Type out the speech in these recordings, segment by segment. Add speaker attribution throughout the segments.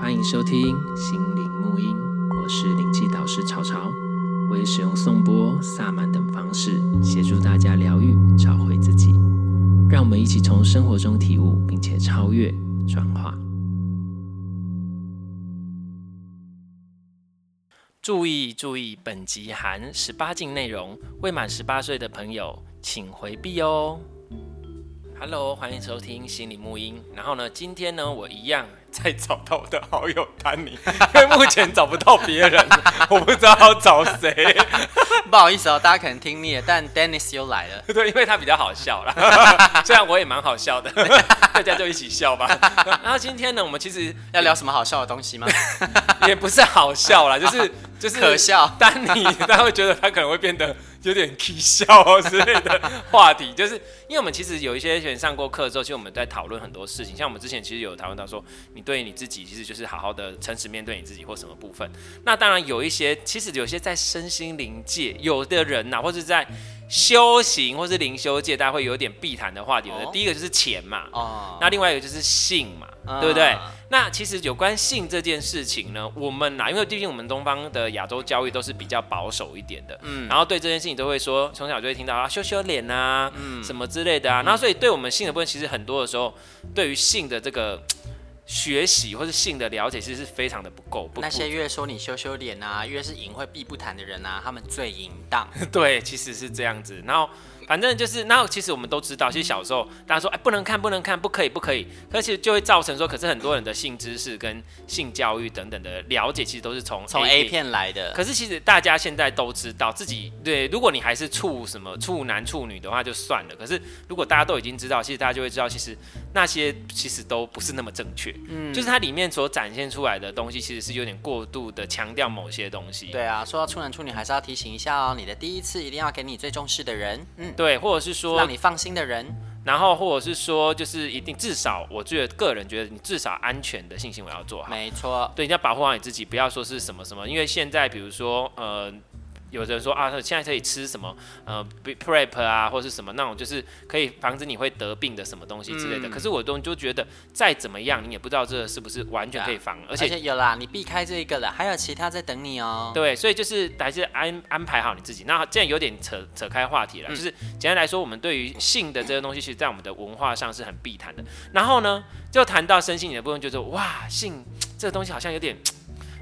Speaker 1: 欢迎收听心灵沐音，我是灵气导师潮潮，我也使用颂钵、萨满等方式协助大家疗愈、找回自己。让我们一起从生活中体悟，并且超越、转化。注意注意，本集含十八禁内容，未满十八岁的朋友请回避哦。Hello，欢迎收听心理木音。然后呢，今天呢，我一样
Speaker 2: 再找到我的好友丹尼， 因为目前找不到别人， 我不知道要找谁。
Speaker 3: 不好意思哦，大家可能听腻了，但 Dennis 又来了。
Speaker 2: 对，因为他比较好笑 啦，虽然我也蛮好笑的， 大家就一起笑 吧。然后今天呢，我们其实
Speaker 3: 要聊什么好笑的东西 吗？
Speaker 2: 也不是好笑啦，就是 就是
Speaker 3: 可笑
Speaker 2: 丹尼他会觉得他可能会变得 有点 k 笑哦之类的话题，就是因为我们其实有一些人上过课之后，其实我们在讨论很多事情，像我们之前其实有讨论到说，你对你自己其实就是好好的诚实面对你自己或什么部分。那当然有一些，其实有些在身心灵界，有的人呐、或是在修行或是灵修界，大家会有点避谈的话题。有的、
Speaker 3: 哦
Speaker 2: 第一个就是钱嘛，
Speaker 3: 哦，
Speaker 2: 那另外一个就是性嘛，
Speaker 3: 啊
Speaker 2: 对不对？那其实有关性这件事情呢，我们啦，因为毕竟我们东方的亚洲教育都是比较保守一点的，嗯，然后对这件事情都会说，从小就会听到啊，修修脸啊，
Speaker 3: 嗯
Speaker 2: 什么之类的啊，那所以对我们性的部分，其实很多的时候，对于性的这个嘖学习或是性的了解，其实是非常的不够，不
Speaker 3: 那些越说你羞羞脸啊，越是淫秽避不谈的人啊，他们最淫 荡。
Speaker 2: 对，其实是这样子。然后反正就是，然后其实我们都知道，其实小时候大家说，哎，不能看，不能看，不可以，不可以。可是其实就会造成说，可是很多人的性知识跟性教育等等的了解，其实都是从
Speaker 3: 从 A。片来的，嗯
Speaker 2: 可是其实大家现在都知道自己对，如果你还是处什么处男处女的话就算了。可是如果大家都已经知道，其实大家就会知道，其实那些其实都不是那么正确。嗯，就是它里面所展现出来的东西，其实是有点过度的强调某些东西。
Speaker 3: 对啊，说到处男处女，还是要提醒一下哦，你的第一次一定要给你最重视的人，嗯，
Speaker 2: 对，或者是说
Speaker 3: 让你放心的人。
Speaker 2: 然后或者是说，就是一定至少，我觉得个人觉得你至少安全的性行为要做好，
Speaker 3: 没错，
Speaker 2: 对，你要保护好你自己，不要说是什么什么，因为现在比如说呃。有的人说啊，现在可以吃什么呃，pre- prep 啊，或是什么那种，就是可以防止你会得病的什么东西之类的。可是我都就觉得，再怎么样，你也不知道这是不是完全可以防，而
Speaker 3: 而
Speaker 2: 且
Speaker 3: 且有啦，你避开这一个了，还有其他在等你哦。
Speaker 2: 对，所以就是还是安安排好你自己。那这样有点扯扯开话题了，
Speaker 3: 嗯
Speaker 2: 就是简单来说，我们对于性的这些东西，其实在我们的文化上是很必谈的。然后呢，就谈到身心灵的部分，就是哇，性这个东西好像有点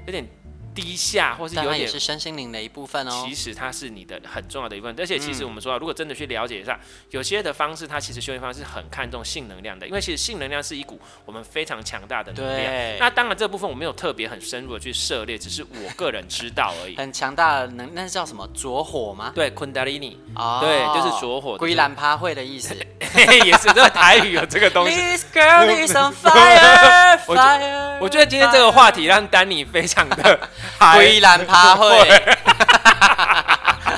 Speaker 2: 有点低下，或是
Speaker 3: 当
Speaker 2: 有
Speaker 3: 然也
Speaker 2: 点
Speaker 3: 是身心灵的一部分哦嗯
Speaker 2: 其。实它是你的很重要的一部分，而且其实我们说啊，如果真的去了解一下，有些的方式，它其实修炼方式很看重性能量的，因为其实性能量是一股我们非常强大的能量
Speaker 3: 对。
Speaker 2: 那当然这部分我没有特别很深入的去涉猎，只是我个人知道而已。
Speaker 3: 很强大的能，那是叫什么着火吗？
Speaker 2: 对，昆达里尼，
Speaker 3: 哦，
Speaker 2: 对就是着火
Speaker 3: 归兰趴会的意思。
Speaker 2: 也是这台语有这个东 西。
Speaker 3: This girl is on fire,
Speaker 2: 我觉
Speaker 3: fire。
Speaker 2: 我觉得今天这个话题让丹尼非常的嗨，
Speaker 3: 归兰趴会，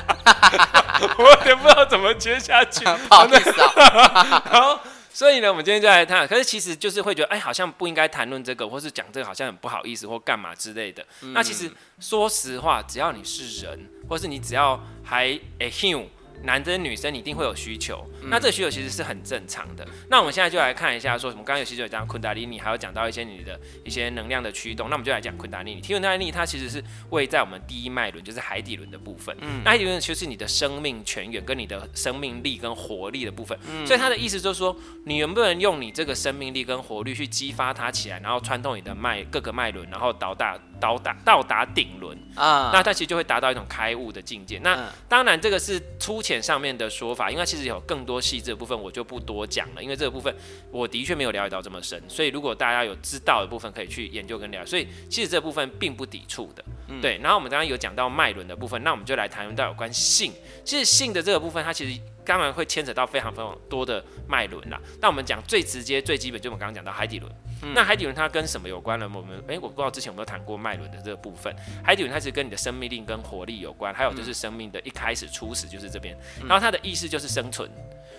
Speaker 2: 我有点不知道怎么接下去。
Speaker 3: 不好意思啊，
Speaker 2: 好，所以呢，我们今天就来探讨。可是其实就是会觉得，哎，好像不应该谈论这个，或是讲这个好像很不好意思，或干嘛之类的。那其实说实话，只要你是人，或是你只要还哎 h 男生女生你一定会有需求，那这个需求其实是很正常的。那我们现在就来看一下，说什么刚刚有需求有讲昆达里尼，还有讲到一些你的一些能量的驱动。那我们就来讲昆达里尼。昆达里尼它其实是位在我们第一脉轮，就是海底轮的部分。那海底轮就是你的生命泉源跟你的生命力跟活力的部分。所以它的意思就是说，你能不能用你这个生命力跟活力去激发它起来，然后穿透你的脉各个脉轮，然后到达到达到达顶轮。
Speaker 3: 啊，
Speaker 2: 那它其实就会达到一种开悟的境界。那
Speaker 3: 嗯
Speaker 2: 当然，这个是粗浅上面的说法，因为其实有更多细致的部分，我就不多讲了，因为这个部分我的确没有了解到这么深。所以如果大家有知道的部分，可以去研究跟了解。所以其实这部分并不抵触的，对。然后我们刚刚有讲到脉轮的部分，那我们就来谈论到有关性。其实性的这个部分，它其实。当然会牵扯到非常非常多的脉轮啦。那我们讲最直接、最基本，就我们刚刚讲到海底轮。那海底轮它跟什么有关呢？我们诶，我不知道之前有没有谈过脉轮的这个部分。海底轮它是跟你的生命力跟活力有关，还有就是生命的一开始初始就是这边，然后它的意思就是生存。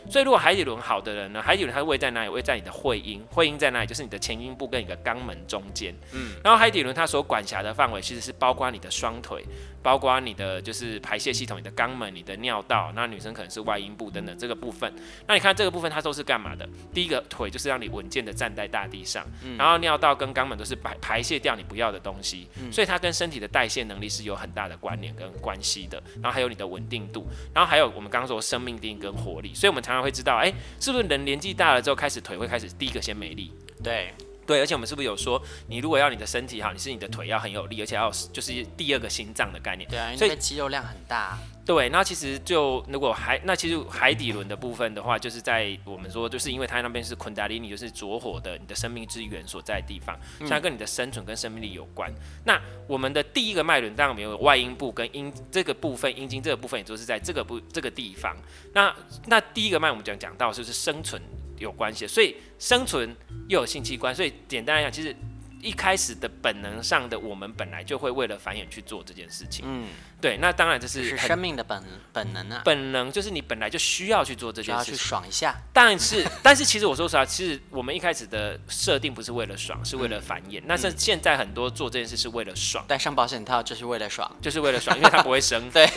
Speaker 2: 所以如果海底轮好的人呢，海底轮它位在哪里？位在你的会阴，会阴在哪里？就是你的前阴部
Speaker 3: 嗯
Speaker 2: 跟你的肛门中间。嗯，然后海底轮它所管辖的范围其实是包括你的双腿，包括你的就是排泄系统、你的肛门、你的尿道，那女生可能是外阴部等等这个部分。那你看这个部分它都是干嘛的？第一个腿就是让你稳健的站在大地上，然后尿道跟肛门都是排排泄掉你不要的东西，所以它跟身体的代谢能力是有很大的关联跟关系的。然后还有你的稳定度，然后还有我们刚刚说生命力跟活力，所以我们常常会知道，哎、是不是人年纪大了之后开始腿会开始第一个先没力？
Speaker 3: 对，
Speaker 2: 对，而且我们是不是有说，你如果要你的身体好，你是你的腿要很有力，而且要有就是第二个心脏的概念。
Speaker 3: 对啊，因为
Speaker 2: 所
Speaker 3: 那
Speaker 2: 以
Speaker 3: 边肌肉量很大，
Speaker 2: 对，那其实就如果海，那其实海底轮的部分的话，就是在我们说，就是因为它那边是昆达里尼，就是着火的你的生命之源所在的地方，所
Speaker 3: 嗯
Speaker 2: 以它跟你的生存跟生命力有关。那我们的第一个脉轮，当然我们有外阴部跟阴这个部分，阴茎这个部分，也就是在这个部这个地方。那那第一个脉我们讲讲到就是生存有关系的，所以生存又有性器官，所以简单来讲，其实。一开始的本能上的，我们本来就会为了繁衍去做这件事情。
Speaker 3: 嗯，
Speaker 2: 对，那当然这是
Speaker 3: 是
Speaker 2: 很
Speaker 3: 生命的本本能啊，
Speaker 2: 本能就是你本来就需要去做这
Speaker 3: 就
Speaker 2: 件
Speaker 3: 要
Speaker 2: 事
Speaker 3: 去
Speaker 2: 情，
Speaker 3: 爽一下，
Speaker 2: 但是但是其实我说实话，其实我们一开始的设定不是为了爽，是为了繁衍。
Speaker 3: 嗯
Speaker 2: 那是现在很多做这件事是为了爽，
Speaker 3: 戴上保险套就是为了爽，
Speaker 2: 就是为了爽，因为它不会生。
Speaker 3: 对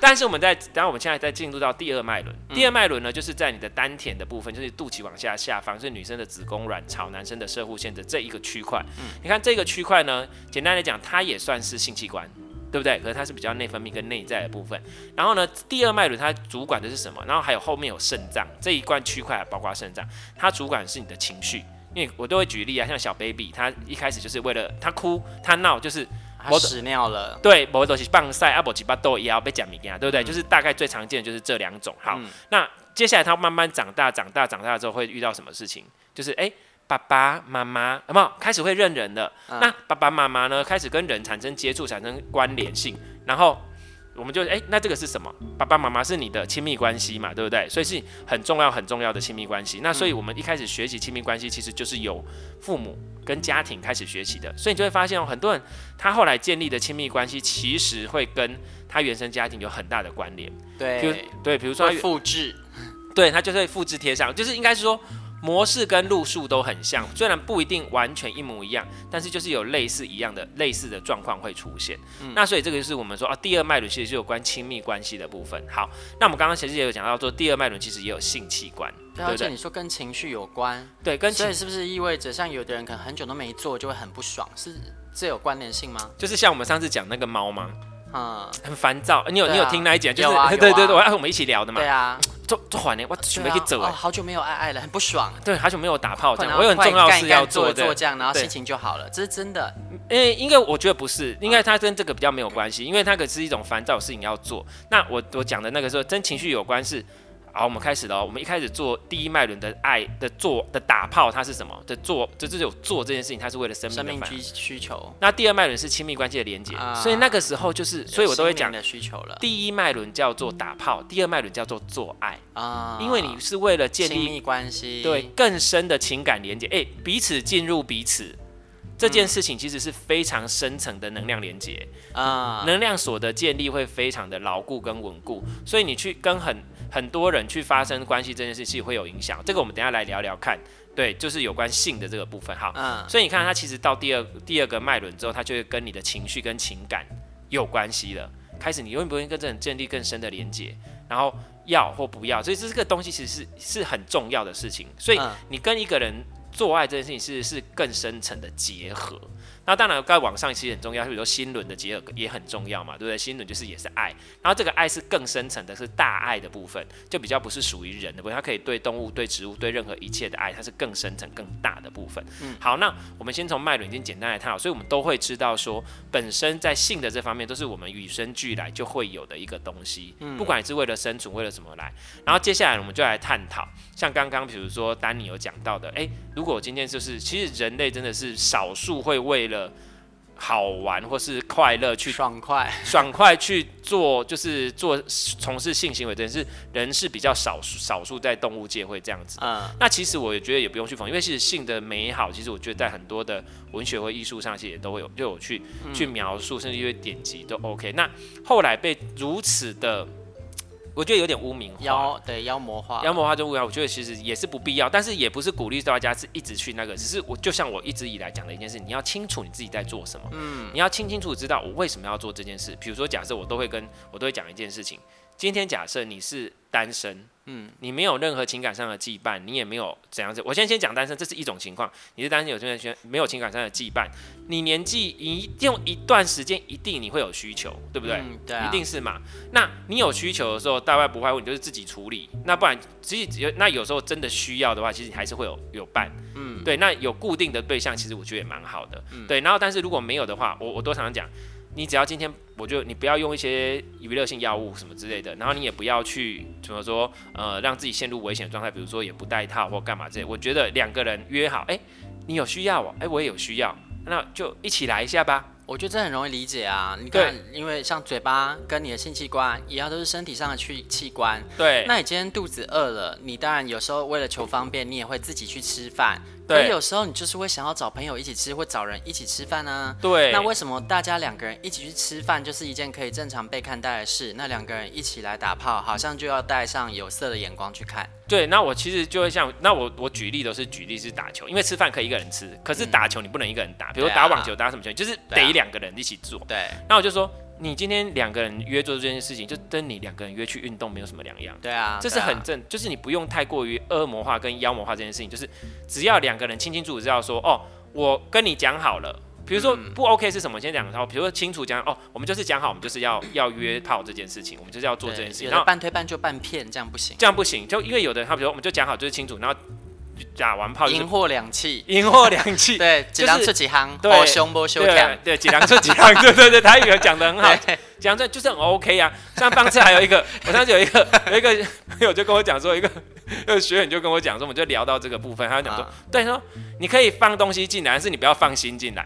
Speaker 2: 但是我们在，然后我们现在在进入到第二脉轮，第二脉轮呢，就是在你的丹田的部分，就是肚脐往下下方，是女生的子宫卵巢，男生的射护腺的这一个区块。你看这个区块呢，简单来讲，它也算是性器官。对不对？可是它是比较内分泌跟内在的部分。然后呢，第二脉轮它主管的是什么？然后还有后面有肾脏这一块区块，包括肾脏，它主管的是你的情绪。因为我都会举例啊，像小 baby，他一开始就是为了他哭他闹，就是
Speaker 3: 他
Speaker 2: 我
Speaker 3: 屎尿了，
Speaker 2: 对，某东西棒晒阿伯吉啊巴豆也要被讲米啊，对不对？就是大概最常见的就是这两种。好，那接下来他慢慢长大、长大、长大之后会遇到什么事情？就是哎。爸爸妈妈有没有开始会认人了？
Speaker 3: 嗯
Speaker 2: 那爸爸妈妈呢，开始跟人产生接触，产生关联性，然后我们就哎、那这个是什么？爸爸妈妈是你的亲密关系嘛，对不对？所以是很重要很重要的亲密关系。那所以我们一开始学习亲密关系，其实就是由父母跟家庭开始学习的。所以你就会发现哦，很多人他后来建立的亲密关系，其实会跟他原生家庭有很大的关联。比如
Speaker 3: 对，
Speaker 2: 对，比如说他
Speaker 3: 哎会
Speaker 2: 原
Speaker 3: 复制，
Speaker 2: 对他就是会复制贴上，就是应该是说模式跟路数都很像，虽然不一定完全一模一样，但是就是有类似一样的类似的状况会出现。
Speaker 3: 嗯
Speaker 2: 那所以这个就是我们说啊，第二脉轮其实就有关亲密关系的部分。好，那我们刚刚其实也有讲到说，第二脉轮其实也有性器官，
Speaker 3: 对
Speaker 2: 对
Speaker 3: 啊，
Speaker 2: 不
Speaker 3: 而且
Speaker 2: 对？
Speaker 3: 你说跟情绪有关，
Speaker 2: 对，跟
Speaker 3: 所
Speaker 2: 情
Speaker 3: 以是不是意味着像有的人可能很久都没做就会很不爽，是这有关联性吗？
Speaker 2: 就是像我们上次讲那个猫嘛，
Speaker 3: 嗯，
Speaker 2: 很烦躁。呃你有、
Speaker 3: 对啊
Speaker 2: 你有听那一集啊？ 就是、
Speaker 3: 有啊有啊
Speaker 2: 对对对，我要我们一起聊的嘛
Speaker 3: 对。啊，
Speaker 2: 做做缓呢，我准备
Speaker 3: 对啊
Speaker 2: 去走
Speaker 3: 哦，
Speaker 2: 哎、
Speaker 3: 好久没有爱爱了，很不爽。
Speaker 2: 对，好久没有打炮哦这
Speaker 3: 快
Speaker 2: 样，
Speaker 3: 拿
Speaker 2: 我有很
Speaker 3: 快
Speaker 2: 重要的
Speaker 3: 干一
Speaker 2: 事
Speaker 3: 干
Speaker 2: 要
Speaker 3: 做一
Speaker 2: 做
Speaker 3: 做
Speaker 2: 的。
Speaker 3: 这样，然后
Speaker 2: 对
Speaker 3: 心情就好了，这是真的。
Speaker 2: 诶，应该我觉得不是，应该它跟这个比较没有关系，因为它可是一种烦躁的事情要做。那我我讲的那个时候，跟情绪有关是，好，我们开始了哦。我们一开始做第一脉轮的爱的做的打炮，它是什么？的做，这就是有做这件事情，它是为了生命
Speaker 3: 生
Speaker 2: 的
Speaker 3: 命
Speaker 2: 繁
Speaker 3: 需需求，
Speaker 2: 那第二脉轮是亲密关系的连接，
Speaker 3: 啊
Speaker 2: 所以那个时候就是，所以我都会
Speaker 3: 有生
Speaker 2: 讲
Speaker 3: 命，的需求了
Speaker 2: 第一脉轮叫做打炮，第二脉轮叫做做爱，
Speaker 3: 啊，
Speaker 2: 因为你是为了建
Speaker 3: 亲
Speaker 2: 立
Speaker 3: 密关系，
Speaker 2: 对，更深的情感连接，哎、彼此进入彼此。这件事情其实是非常深层的能量连接，
Speaker 3: 啊，
Speaker 2: 能量锁的建立会非常的牢固跟稳固，所以你去跟很很多人去发生关系这件事情会有影响。这个我们等一下来聊聊看，对，就是有关性的这个部分。好，
Speaker 3: 嗯，
Speaker 2: 所以你看它其实到第二第二个脉轮之后，它就会跟你的情绪跟情感有关系了。开始你愿不愿意跟这人建立更深的连接，然后要或不要，所以这个东西其实是是很重要的事情。所以
Speaker 3: 嗯
Speaker 2: 你跟一个人做爱这件事情是是更深层的结合。那当然，在网上其实很重要，比如说心轮的结合也很重要嘛，对不对？心轮就是也是爱，然后这个爱是更深层的，是大爱的部分，就比较不是属于人的部分，它可以对动物、对植物、对任何一切的爱，它是更深层、更大的部分。好，那我们先从脉轮已经简单来探讨，所以我们都会知道说，本身在性的这方面都是我们与生俱来就会有的一个东西，不管你是为了生存，为了什么来。然后接下来我们就来探讨，像刚刚比如说丹尼有讲到的，诶、如果我今天就是，其实人类真的是少数会为了好玩或是快乐去
Speaker 3: 爽快，
Speaker 2: 爽快去做，就是做从事性行为这件事，人是比较少数少数在动物界会这样子。
Speaker 3: 嗯，
Speaker 2: 那其实我也觉得也不用去讽，因为其实性的美好，其实我觉得在很多的文学或艺术上，其实也都会有就有去、去描述，甚至一些典籍都 OK。那后来被如此的我觉得有点污名化。
Speaker 3: 妖对妖魔
Speaker 2: 嗯
Speaker 3: 化，
Speaker 2: 啊妖魔化就啊污名化，我觉得其实也是不必要，但是也不是鼓励大家是一直去那个，只是我就像我一直以来讲的一件事，你要清楚你自己在做什么，嗯，你要清清楚楚知道我为什么要做这件事。比如说，假设我都会跟我都会讲一件事情，今天假设你是单身，嗯，你没有任何情感上的羁绊，你也没有怎样子。我先先讲单身，这是一种情况，你是单身有这些没有情感上的羁绊，你年纪一定一段时间一定你会有需求，对不对？
Speaker 3: 嗯对啊
Speaker 2: 一定是嘛。那你有需求的时候，大概不外乎你就是自己处理，那不然其实只有那有时候真的需要的话，其实你还是会有有伴。嗯，对，那有固定的对象，其实我觉得也蛮好的。
Speaker 3: 嗯
Speaker 2: 对，然后但是如果没有的话，我我都常常讲，你只要今天，我就你不要用一些娱乐性药物什么之类
Speaker 3: 嗯
Speaker 2: 的，然后你也不要去怎么说，呃，让自己陷入危险的状态，比如说也不戴套或干嘛之类。我觉得两个人约好，哎、你有需要我，哎、我也有需要，那就一起来一下吧。
Speaker 3: 我觉得这很容易理解啊。你
Speaker 2: 对
Speaker 3: 看，因为像嘴巴跟你的性器官一样，都是身体上的去器官。
Speaker 2: 对，
Speaker 3: 那你今天肚子饿了，你当然有时候为了求方便，你也会自己去吃饭。
Speaker 2: 对
Speaker 3: 可有时候你就是会想要找朋友一起吃，或找人一起吃饭啊。
Speaker 2: 对，
Speaker 3: 那为什么大家两个人一起去吃饭就是一件可以正常被看待的事？那两个人一起来打炮，好像就要带上有色的眼光去看。
Speaker 2: 对，那我其实就会像，那我我举例都是举例是打球，因为吃饭可以一个人吃，可是打球你不能一个人打，比如
Speaker 3: 嗯对啊
Speaker 2: 打网球、打什么球，就是
Speaker 3: 对
Speaker 2: 得
Speaker 3: 啊
Speaker 2: 两个人一起做。
Speaker 3: 对
Speaker 2: 那我就说，你今天两个人约做这件事情，就跟你两个人约去运动没有什么两样。
Speaker 3: 对啊，
Speaker 2: 这是
Speaker 3: 对啊
Speaker 2: 很正，就是你不用太过于恶魔化跟妖魔化这件事情，就是只要两个人清清楚楚知道说，哦，我跟你讲好了。比如说
Speaker 3: 嗯
Speaker 2: 不 OK 是什么？先讲，然后比如说清楚讲，哦，我们就是讲好，我们就是要要约炮这件事情，我们就是要做这
Speaker 3: 对
Speaker 2: 件事情。
Speaker 3: 有
Speaker 2: 然
Speaker 3: 的
Speaker 2: 后
Speaker 3: 半推半就半骗，这样不行，
Speaker 2: 这样不行，就因为有的人他比如说我们就讲好就是清楚，然后打完炮就是
Speaker 3: 赢货两气。
Speaker 2: 赢货两气，
Speaker 3: 对，
Speaker 2: 就是
Speaker 3: 几浪出几行，
Speaker 2: 对
Speaker 3: 波凶波修强
Speaker 2: 对。对，几两就几两，对对对，台语有讲的很 好，
Speaker 3: 对
Speaker 2: 这样这就是很 OK 啊。像上次还有一 个，我上次有一个有一个朋友就跟我讲说，一个有学员就跟我讲说，我们就聊到这个部分，他就讲说，
Speaker 3: 啊
Speaker 2: 对，他说你可以放东西进来，但是你不要放心进 来，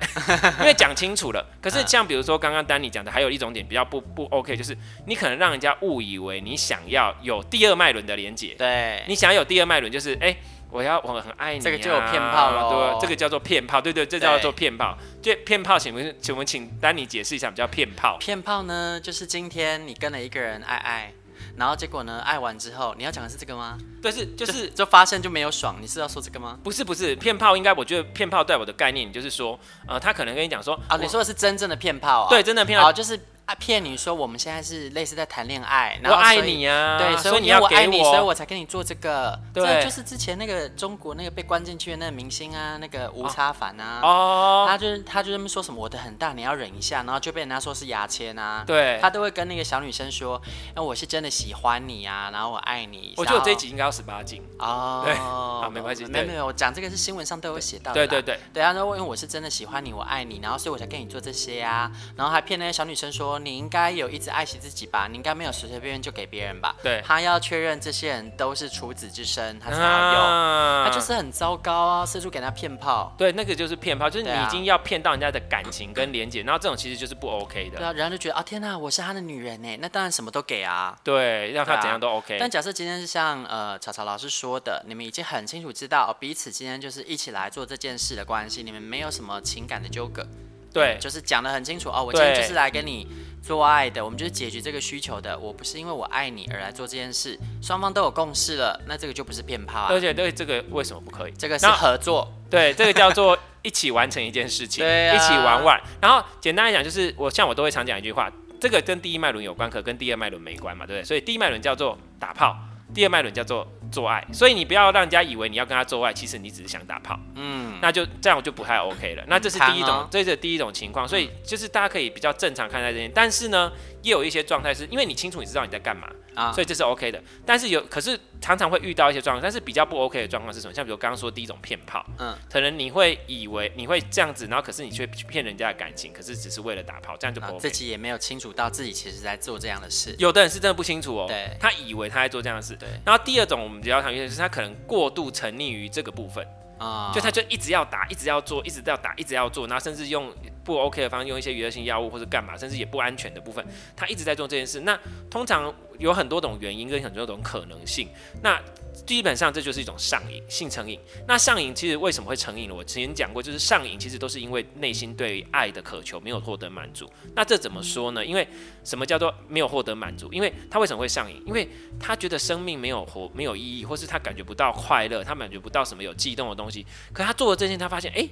Speaker 2: 因为讲清楚了。可
Speaker 3: 啊
Speaker 2: 是像比如说刚刚丹尼讲的，还有一种点比较不不 OK，就是你可能让人家误以为你想要有第二脉轮的连接，
Speaker 3: 对，
Speaker 2: 你想要有第二脉轮，就是哎、我要我很爱你、啊，
Speaker 3: 这个就有骗炮咯
Speaker 2: 对，这个叫做骗炮，对对，这叫做骗炮。就骗炮，请问请问请丹尼解释一下，什么叫骗炮？
Speaker 3: 骗炮呢，就是今天你跟了一个人爱爱，然后结果呢，爱完之后，你要讲的是这个吗？
Speaker 2: 对，是就是
Speaker 3: 就发现就没有爽，你是要说这个吗？
Speaker 2: 不是不是骗炮？应该我觉得骗炮对我的概念，就是说，呃，他可能跟你讲说，
Speaker 3: 啊，你
Speaker 2: 我
Speaker 3: 说的是真正的骗炮啊？
Speaker 2: 对，，真的骗
Speaker 3: 好，
Speaker 2: 炮，
Speaker 3: 就是啊骗你说我们现在是类似在谈恋爱，
Speaker 2: 我
Speaker 3: 然后
Speaker 2: 爱
Speaker 3: 所以。
Speaker 2: 你啊，
Speaker 3: 对，所
Speaker 2: 所
Speaker 3: 以
Speaker 2: 以
Speaker 3: 因为
Speaker 2: 要
Speaker 3: 我爱
Speaker 2: 给
Speaker 3: 你，所以我才跟你做这个。
Speaker 2: 对
Speaker 3: 这就是之前那个中国那个被关进去的那个明星啊，那个吴超凡啊，
Speaker 2: 哦，
Speaker 3: 他就是他就是说什么我的很大，你要忍一下，然后就被人家说是牙签啊。
Speaker 2: 对
Speaker 3: 他都会跟那个小女生说，那我是真的喜欢你啊，然后我爱你。
Speaker 2: 我觉得我这一
Speaker 3: 然后
Speaker 2: 集应该要十八禁，
Speaker 3: 哦，
Speaker 2: 对好没关系
Speaker 3: 没有
Speaker 2: 对
Speaker 3: 没有，我讲这个是新闻上都有写到的
Speaker 2: 对
Speaker 3: 啦。
Speaker 2: 对对，
Speaker 3: 对啊，那因为我是真的喜欢你，我爱你，然后所以我才跟你做这些啊，然后还骗那些小女生说你应该有一直爱惜自己吧，你应该没有随随便便就给别人吧。
Speaker 2: 对
Speaker 3: 他要确认这些人都是处子之身，他才要用，
Speaker 2: 啊
Speaker 3: 他就是很糟糕啊，四处给他骗炮。
Speaker 2: 对，那个就是骗炮，就是你
Speaker 3: 对啊
Speaker 2: 已经要骗到人家的感情跟连接，然后这种其实就是不 OK 的
Speaker 3: 对。啊，人家就觉得啊，天呐，我是他的女人呢，欸那当然什么都给啊。
Speaker 2: 对，让
Speaker 3: 对
Speaker 2: 他
Speaker 3: 啊
Speaker 2: 怎样都 OK。
Speaker 3: 但假设今天是像呃草草老师说的，你们已经很清楚知道、哦彼此今天就是一起来做这件事的关系，你们没有什么情感的纠葛，
Speaker 2: 对
Speaker 3: 就是讲的很清楚哦，我今天
Speaker 2: 对
Speaker 3: 就是来跟你做爱的，我们就是解决这个需求的，我不是因为我爱你而来做这件事，双方都有共识了，那这个就不是骗炮啊
Speaker 2: 而，且对这个为什么不可以？
Speaker 3: 这个是
Speaker 2: 那
Speaker 3: 合作，
Speaker 2: 对，这个叫做 一起完成一件事情，
Speaker 3: 对啊
Speaker 2: 一起玩玩。然后简单来讲，就是我像我都会常讲一句话，这个跟第一脉轮有关，可跟第二脉轮没关嘛，对不对？所以第一脉轮叫做打炮，第二脉轮叫做做爱。所以你不要让人家以为你要跟他做爱，其实你只是想打炮，
Speaker 3: 嗯，
Speaker 2: 那就这样就不太 OK 了。那这是
Speaker 3: 很
Speaker 2: 第一
Speaker 3: 贪
Speaker 2: 种，
Speaker 3: 哦嗯
Speaker 2: 这是第一种情况。所以就是大家可以比较正常看待这件，但是呢，也有一些状态是因为你清楚你知道你在干嘛，
Speaker 3: 啊
Speaker 2: 所以这是 OK 的。但是有，可是常常会遇到一些状况，但是比较不 OK 的状况是什么？像比如刚刚说第一种骗炮，
Speaker 3: 嗯
Speaker 2: 嗯，可能你会以为你会这样子，然后可是你却去骗人家的感情，可是只是为了打炮，这样就不
Speaker 3: 啊
Speaker 2: OK。
Speaker 3: 自己也没有清楚到自己其实在做这样的事，
Speaker 2: 有的人是真的不清楚哦，
Speaker 3: 对
Speaker 2: 他以为他在做这样的事。
Speaker 3: 对
Speaker 2: 然后第二种我们比较常见的是，他可能过度沉溺于这个部分，
Speaker 3: 啊，
Speaker 2: 就他就一直要打，一直要做，一直要打，一直要做，然后甚至用不 OK 的方式，用一些娱乐性药物或者干嘛，甚至也不安全的部分，他一直在做这件事。那通常有很多种原因跟很多种可能性。那基本上这就是一种上瘾，性成瘾。那上瘾其实为什么会成瘾呢？我之前讲过，就是上瘾其实都是因为内心对于爱的渴求没有获得满足。那这怎么说呢？因为什么叫做没有获得满足？因为他为什么会上瘾？因为他觉得生命没有活没有意义，或是他感觉不到快乐，他感觉不到什么有悸动的东西。可他做了这件，他发现哎、诶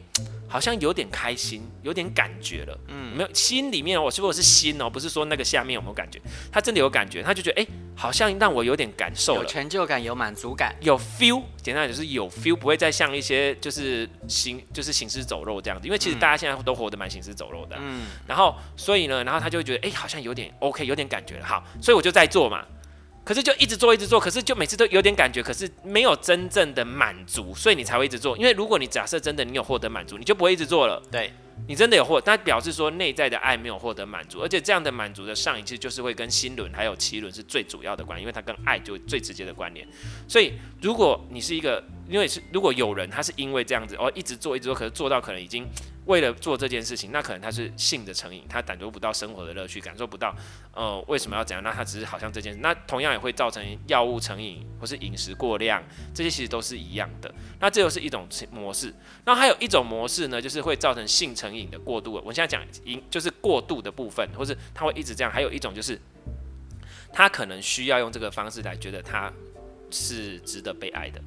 Speaker 2: 好像有点开心，有点感觉了。嗯，没有心里面哦，我说我是心哦，不是说那个下面有没有感觉，他真的有感觉，他就觉得哎、诶好像让我有点感受
Speaker 3: 有
Speaker 2: 了。
Speaker 3: 成就感，有满足感。
Speaker 2: 有 feel，简单来讲就是有 feel，不会再像一些就是行就是行尸走肉这样子，因为其实大家现在都活得蛮行尸走肉的啊、
Speaker 3: 嗯，
Speaker 2: 然后所以呢，然后他就会觉得哎、好像有点 OK，有点感觉了，好，所以我就在做嘛。可是就一直做，一直做，可是就每次都有点感觉，可是没有真正的满足，所以你才会一直做。因为如果你假设真的你有获得满足，你就不会一直做了。
Speaker 3: 对，
Speaker 2: 你真的有获，那表示说内在的爱没有获得满足，而且这样的满足的上瘾其实就是会跟心轮还有脐轮是最主要的关联，因为它跟爱就最直接的关联。所以如果你是一个，因为是如果有人他是因为这样子哦一直做一直做，可是做到可能已经为了做这件事情，那可能他是性的成瘾，他感受不到生活的乐趣，感受不到呃为什么要怎样，那他只是好像这件事，那同样也会造成药物成瘾或是饮食过量，这些其实都是一样的。那这又是一种模式。那还有一种模式呢，就是会造成性成瘾的过度。我现在讲瘾就是过度的部分，或是他会一直这样。还有一种就是，他可能需要用这个方式来觉得他是值得被爱的。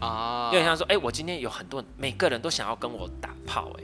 Speaker 3: 哦，
Speaker 2: 有点像说，哎、我今天有很多人每个人都想要跟我打炮、哎，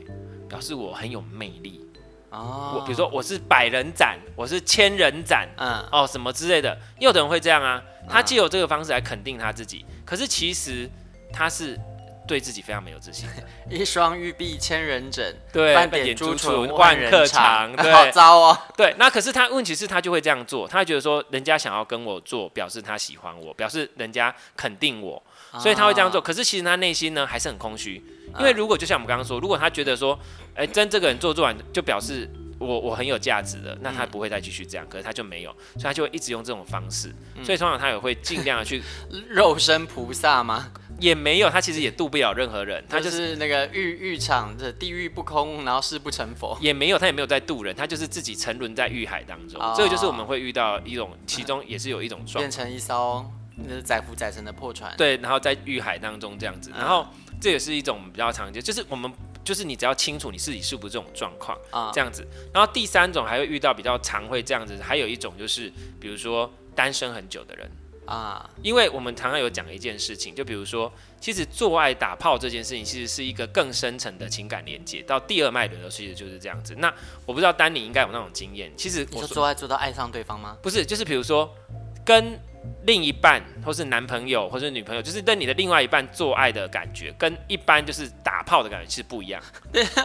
Speaker 2: 表示我很有魅力。
Speaker 3: 哦，
Speaker 2: 我比如说我是百人斩，我是千人斩，
Speaker 3: 嗯，
Speaker 2: 哦什么之类的。也有的人会这样啊，他借由这个方式来肯定他自己，可是其实他是对自己非常没有自信的。
Speaker 3: 一双玉臂千人枕，
Speaker 2: 对，
Speaker 3: 半
Speaker 2: 眼
Speaker 3: 点
Speaker 2: 珠
Speaker 3: 朱
Speaker 2: 唇
Speaker 3: 唇
Speaker 2: 万
Speaker 3: 人
Speaker 2: 客
Speaker 3: 肠， 好
Speaker 2: 对
Speaker 3: 糟哦。
Speaker 2: 对。那可是他问题是，他就会这样做，他会觉得说人家想要跟我做，表示他喜欢我，表示人家肯定我，所以他会这样做。可是其实他内心呢还是很空虚，因为如果就像我们刚刚说，如果他觉得说，哎、真这个人做做完就表示。我我很有价值的，那他不会再继续这样，可是他就没有，所以他就会一直用这种方式，所以通常他也会尽量的去，
Speaker 3: 肉身菩萨吗？
Speaker 2: 也没有，他其实也渡不了任何人，他
Speaker 3: 他
Speaker 2: 就
Speaker 3: 就是是那个欲欲场的地狱不空，然后誓不成佛。
Speaker 2: 也没有，他也没有在渡人，他就是自己沉沦在欲海当中。
Speaker 3: 哦
Speaker 2: 这个就是我们会遇到一种，其中也是有一种状
Speaker 3: 变成一艘那载浮载沉的破船。，
Speaker 2: 对，然后在欲海当中这样
Speaker 3: 嗯
Speaker 2: 子，然后这也是一种我们比较常见，就是我们就是你只要清楚你自己是不是这种状况
Speaker 3: 啊
Speaker 2: 这样子，然后第三种还会遇到比较常会这样子，还有一种就是比如说单身很久的人。
Speaker 3: 啊，
Speaker 2: 因为我们常常有讲一件事情，就比如说，其实做爱打炮这件事情，其实是一个更深层的情感连接，到第二脉轮的时候其实就是这样子。那我不知道丹尼应该有那种经验，其实
Speaker 3: 你
Speaker 2: 我
Speaker 3: 说
Speaker 2: 说
Speaker 3: 做爱做到爱上对方吗？
Speaker 2: 不是，就是比如说跟另一半或是男朋友或是女朋友，就是跟你的另外一半做爱的感觉，跟一般就是打炮的感觉是不 一样。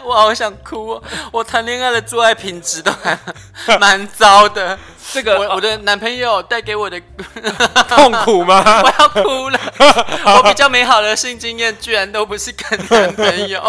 Speaker 3: 我好想哭、哦，我谈恋爱的做爱品质都 还蛮糟的。
Speaker 2: 这个呃
Speaker 3: 我我的男朋友带 给我的，
Speaker 2: 痛苦吗？
Speaker 3: 我要哭了。 我比较美好的性经验，居然都不是跟男朋友。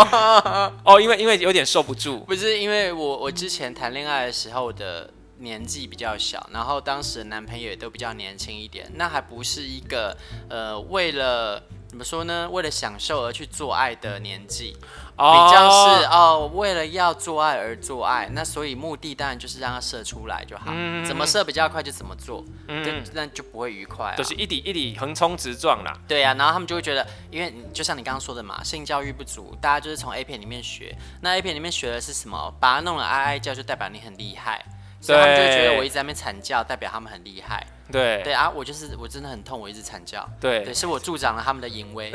Speaker 2: 哦，因为因为有点受不住，
Speaker 3: 不是因为我我之前谈恋爱的时候的年纪比较小，然后当时的男朋友也都比较年轻一点，那还不是一个呃为了怎么说呢？为了享受而去做爱的年纪，比较是
Speaker 2: 哦
Speaker 3: 哦为了要做爱而做爱，那所以目的当然就是让它射出来就好，怎么射比较快就怎么做，
Speaker 2: 嗯
Speaker 3: 就那就不会愉快、啊。
Speaker 2: 就是一底一底横冲直撞啦。
Speaker 3: 对呀、然后他们就会觉得，因为你就像你刚刚说的嘛，性教育不足，大家就是从 A 片里面学。那 A 片里面学的是什么？把它弄了哀哀叫，就代表你很厉害。所以他们就会觉
Speaker 2: 对
Speaker 3: 得我一直在那边惨叫，代表他们很厉害。
Speaker 2: 对
Speaker 3: 对啊，我就是我真的很痛，我一直惨叫。
Speaker 2: 对
Speaker 3: 对，是我助长了他们的 淫威。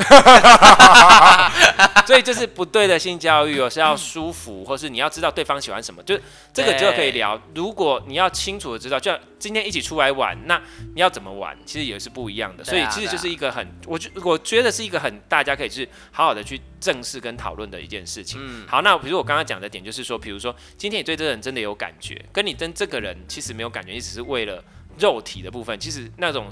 Speaker 2: 所以就是不对的性教育哦，是要舒服，或是你要知道对方喜欢什么，就是这个就可以聊。如果你要清楚的知道，就像今天一起出来玩，那你要怎么玩，其实也是不一样的。所
Speaker 3: 对
Speaker 2: 以
Speaker 3: 啊
Speaker 2: 其实就是一个很，我觉我觉得是一个很大家可以去好好的去正视跟讨论的一件事情。
Speaker 3: 嗯
Speaker 2: 好，那比如我刚刚讲的点就是说，比如说今天你对这个人真的有感觉，跟你跟这个人其实没有感觉，你只是为了肉体的部分，其实那种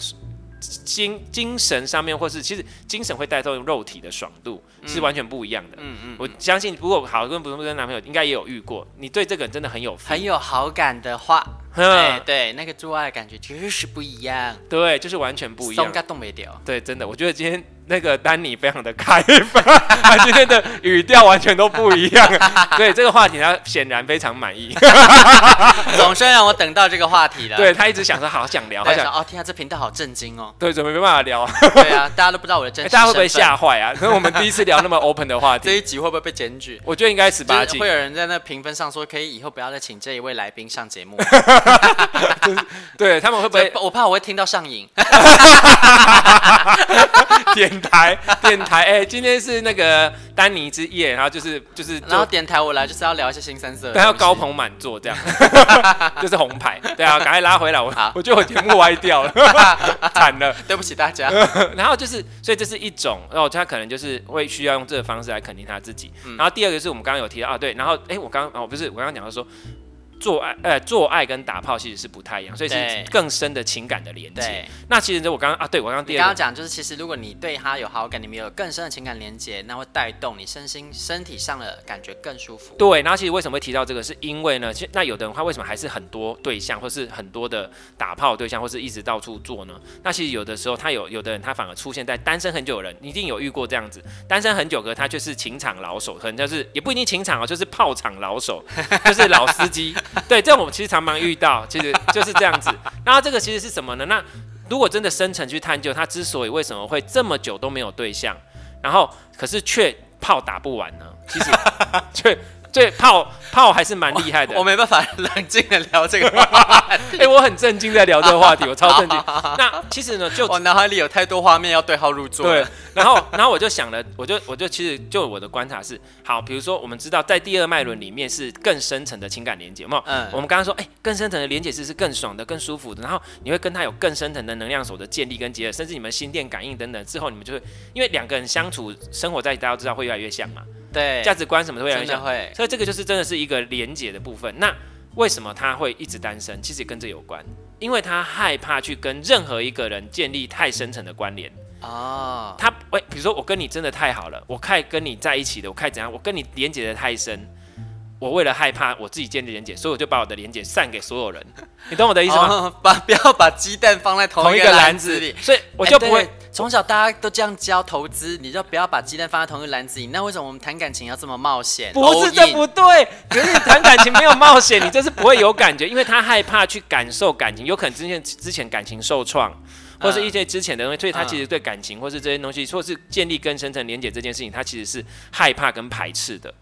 Speaker 2: 精精神上面，或是其实精神会带动肉体的爽度，是完全不一样的。嗯嗯，我相信，如果好跟不跟男朋友，应该也有遇过，你对这个人真的很有 feel，
Speaker 3: 很有好感的话，哎，
Speaker 2: 哼，
Speaker 3: 对，那个做爱的感觉就是不一样，
Speaker 2: 对，就是完全不一
Speaker 3: 松
Speaker 2: 样
Speaker 3: 嘎。冻没掉。
Speaker 2: 对，真的，我觉得今天那个丹尼非常的开放，他今天的语调完全都不一样，啊对这个话题他显然非常满意，
Speaker 3: 总算让我等到这个话题了。
Speaker 2: 对他一直想说好想聊，好
Speaker 3: 对，想
Speaker 2: 想
Speaker 3: 哦，天啊，这频道好震惊哦。
Speaker 2: 对，怎么没办法聊啊？
Speaker 3: 对啊，大家都不知道我的真
Speaker 2: 欸
Speaker 3: 实
Speaker 2: 大家会不会
Speaker 3: 身份
Speaker 2: 吓坏啊？可是我们第一次聊那么 open 的话
Speaker 3: 这
Speaker 2: 题，
Speaker 3: 一集会不会被检举？
Speaker 2: 我觉得应该十八
Speaker 3: 就是
Speaker 2: 禁
Speaker 3: 会，有人在那评分上说，可以以后不要再请这一位来宾上 节目，
Speaker 2: 对他们会不
Speaker 3: 对
Speaker 2: 会，
Speaker 3: 我怕我会听到 上瘾。
Speaker 2: 点台点台？哎、今天是那个丹尼之夜，然后就是就是
Speaker 3: 然后
Speaker 2: 就。
Speaker 3: 点台我来就是要聊一些新三色的东
Speaker 2: 对，
Speaker 3: 西，
Speaker 2: 要高朋满座 这样，就是红牌。对啊，赶快拉回来，我
Speaker 3: 好
Speaker 2: 我觉得我节目歪掉 了，惨了。
Speaker 3: 对不起大 家，
Speaker 2: 然后就是，所以这是一种，然后他可能就是会需要用这个方式来肯定他自己。然后第二个就是我们刚刚有提到啊，对，然后哎，我刚刚哦不是，我刚刚讲到说。做爱，呃，做爱跟打炮其实是不太一样，所以
Speaker 3: 对
Speaker 2: 是更深的情感的连接
Speaker 3: 对。
Speaker 2: 那其实我刚刚啊，对我刚刚
Speaker 3: 你
Speaker 2: 第
Speaker 3: 刚
Speaker 2: 二个，
Speaker 3: 刚讲就是，其实如果你对他有好感，你们有更深的情感连接，那会带动你身心身体上的感觉更舒服。
Speaker 2: 对，然后其实为什么会提到这个，是因为呢，其实那有的人他为什么还是很多对象，或是很多的打炮对象，或是一直到处做呢？那其实有的时候他有有的人他反而出现在单身很久的人，你一定有遇过这样子，单身很久的他就是情场老手，可能就是也不一定情场哦，就是炮场老手，就是老司机。对，这种我们其实常常遇到，其实就是这样子。然后这个其实是什么呢？那如果真的深层去探究，他之所以为什么会这么久都没有对象，然后可是却炮打不完呢？其 实却对炮炮还是蛮厉害的
Speaker 3: 我。没办法冷静的聊这个话题
Speaker 2: 哎、我很震惊在聊这个话题，我超 震惊。那其实呢，就
Speaker 3: 我脑海里有太多画面要对号入座。
Speaker 2: 对，，然后然后我就想了，我就我就其实就我的观察是，好，比如说我们知道在第二脉轮里面是更深层的情感连接，有没有？
Speaker 3: 嗯
Speaker 2: 我们刚刚说，哎、更深层的连接是是更爽的、更舒服的，然后你会跟他有更深层的能量锁的建立跟结合，甚至你们心电感应等等之后，你们就会因为两个人相处生活在一起，大家都知道会越来越像嘛，
Speaker 3: 对，
Speaker 2: 价值观什么都会越来越
Speaker 3: 真的
Speaker 2: 像，
Speaker 3: 会。
Speaker 2: 所以这个就是真的是一个连结的部分。那为什么他会一直单身？其实也跟这有关，因为他害怕去跟任何一个人建立太深层的关联。
Speaker 3: 哦，
Speaker 2: 他喂，比如说我跟你真的太好了，我太跟你在一起的，我太怎样，我跟你连接的太深，我为了害怕我自己建立连接，所以我就把我的连接散给所有人，你懂我的意思吗？
Speaker 3: 哦把 不要把鸡蛋放在同一个篮子里，
Speaker 2: 所以我就不会。
Speaker 3: 哎对从小大家都这样教投资，你就不要把鸡蛋放在同一个篮子里。那为什么我们谈感情要这么冒险？
Speaker 2: 不是
Speaker 3: all
Speaker 2: 这
Speaker 3: in
Speaker 2: 不对，可是你谈感情没有冒险，你就是不会有感觉，因为他害怕去感受感情，有可能之前之前感情受创，或
Speaker 3: 嗯
Speaker 2: 是一些之前的东西，所以他其实对感情或是这些东西，或是建立跟深层连接这件事情，他其实是害怕跟排斥
Speaker 3: 哦
Speaker 2: 的。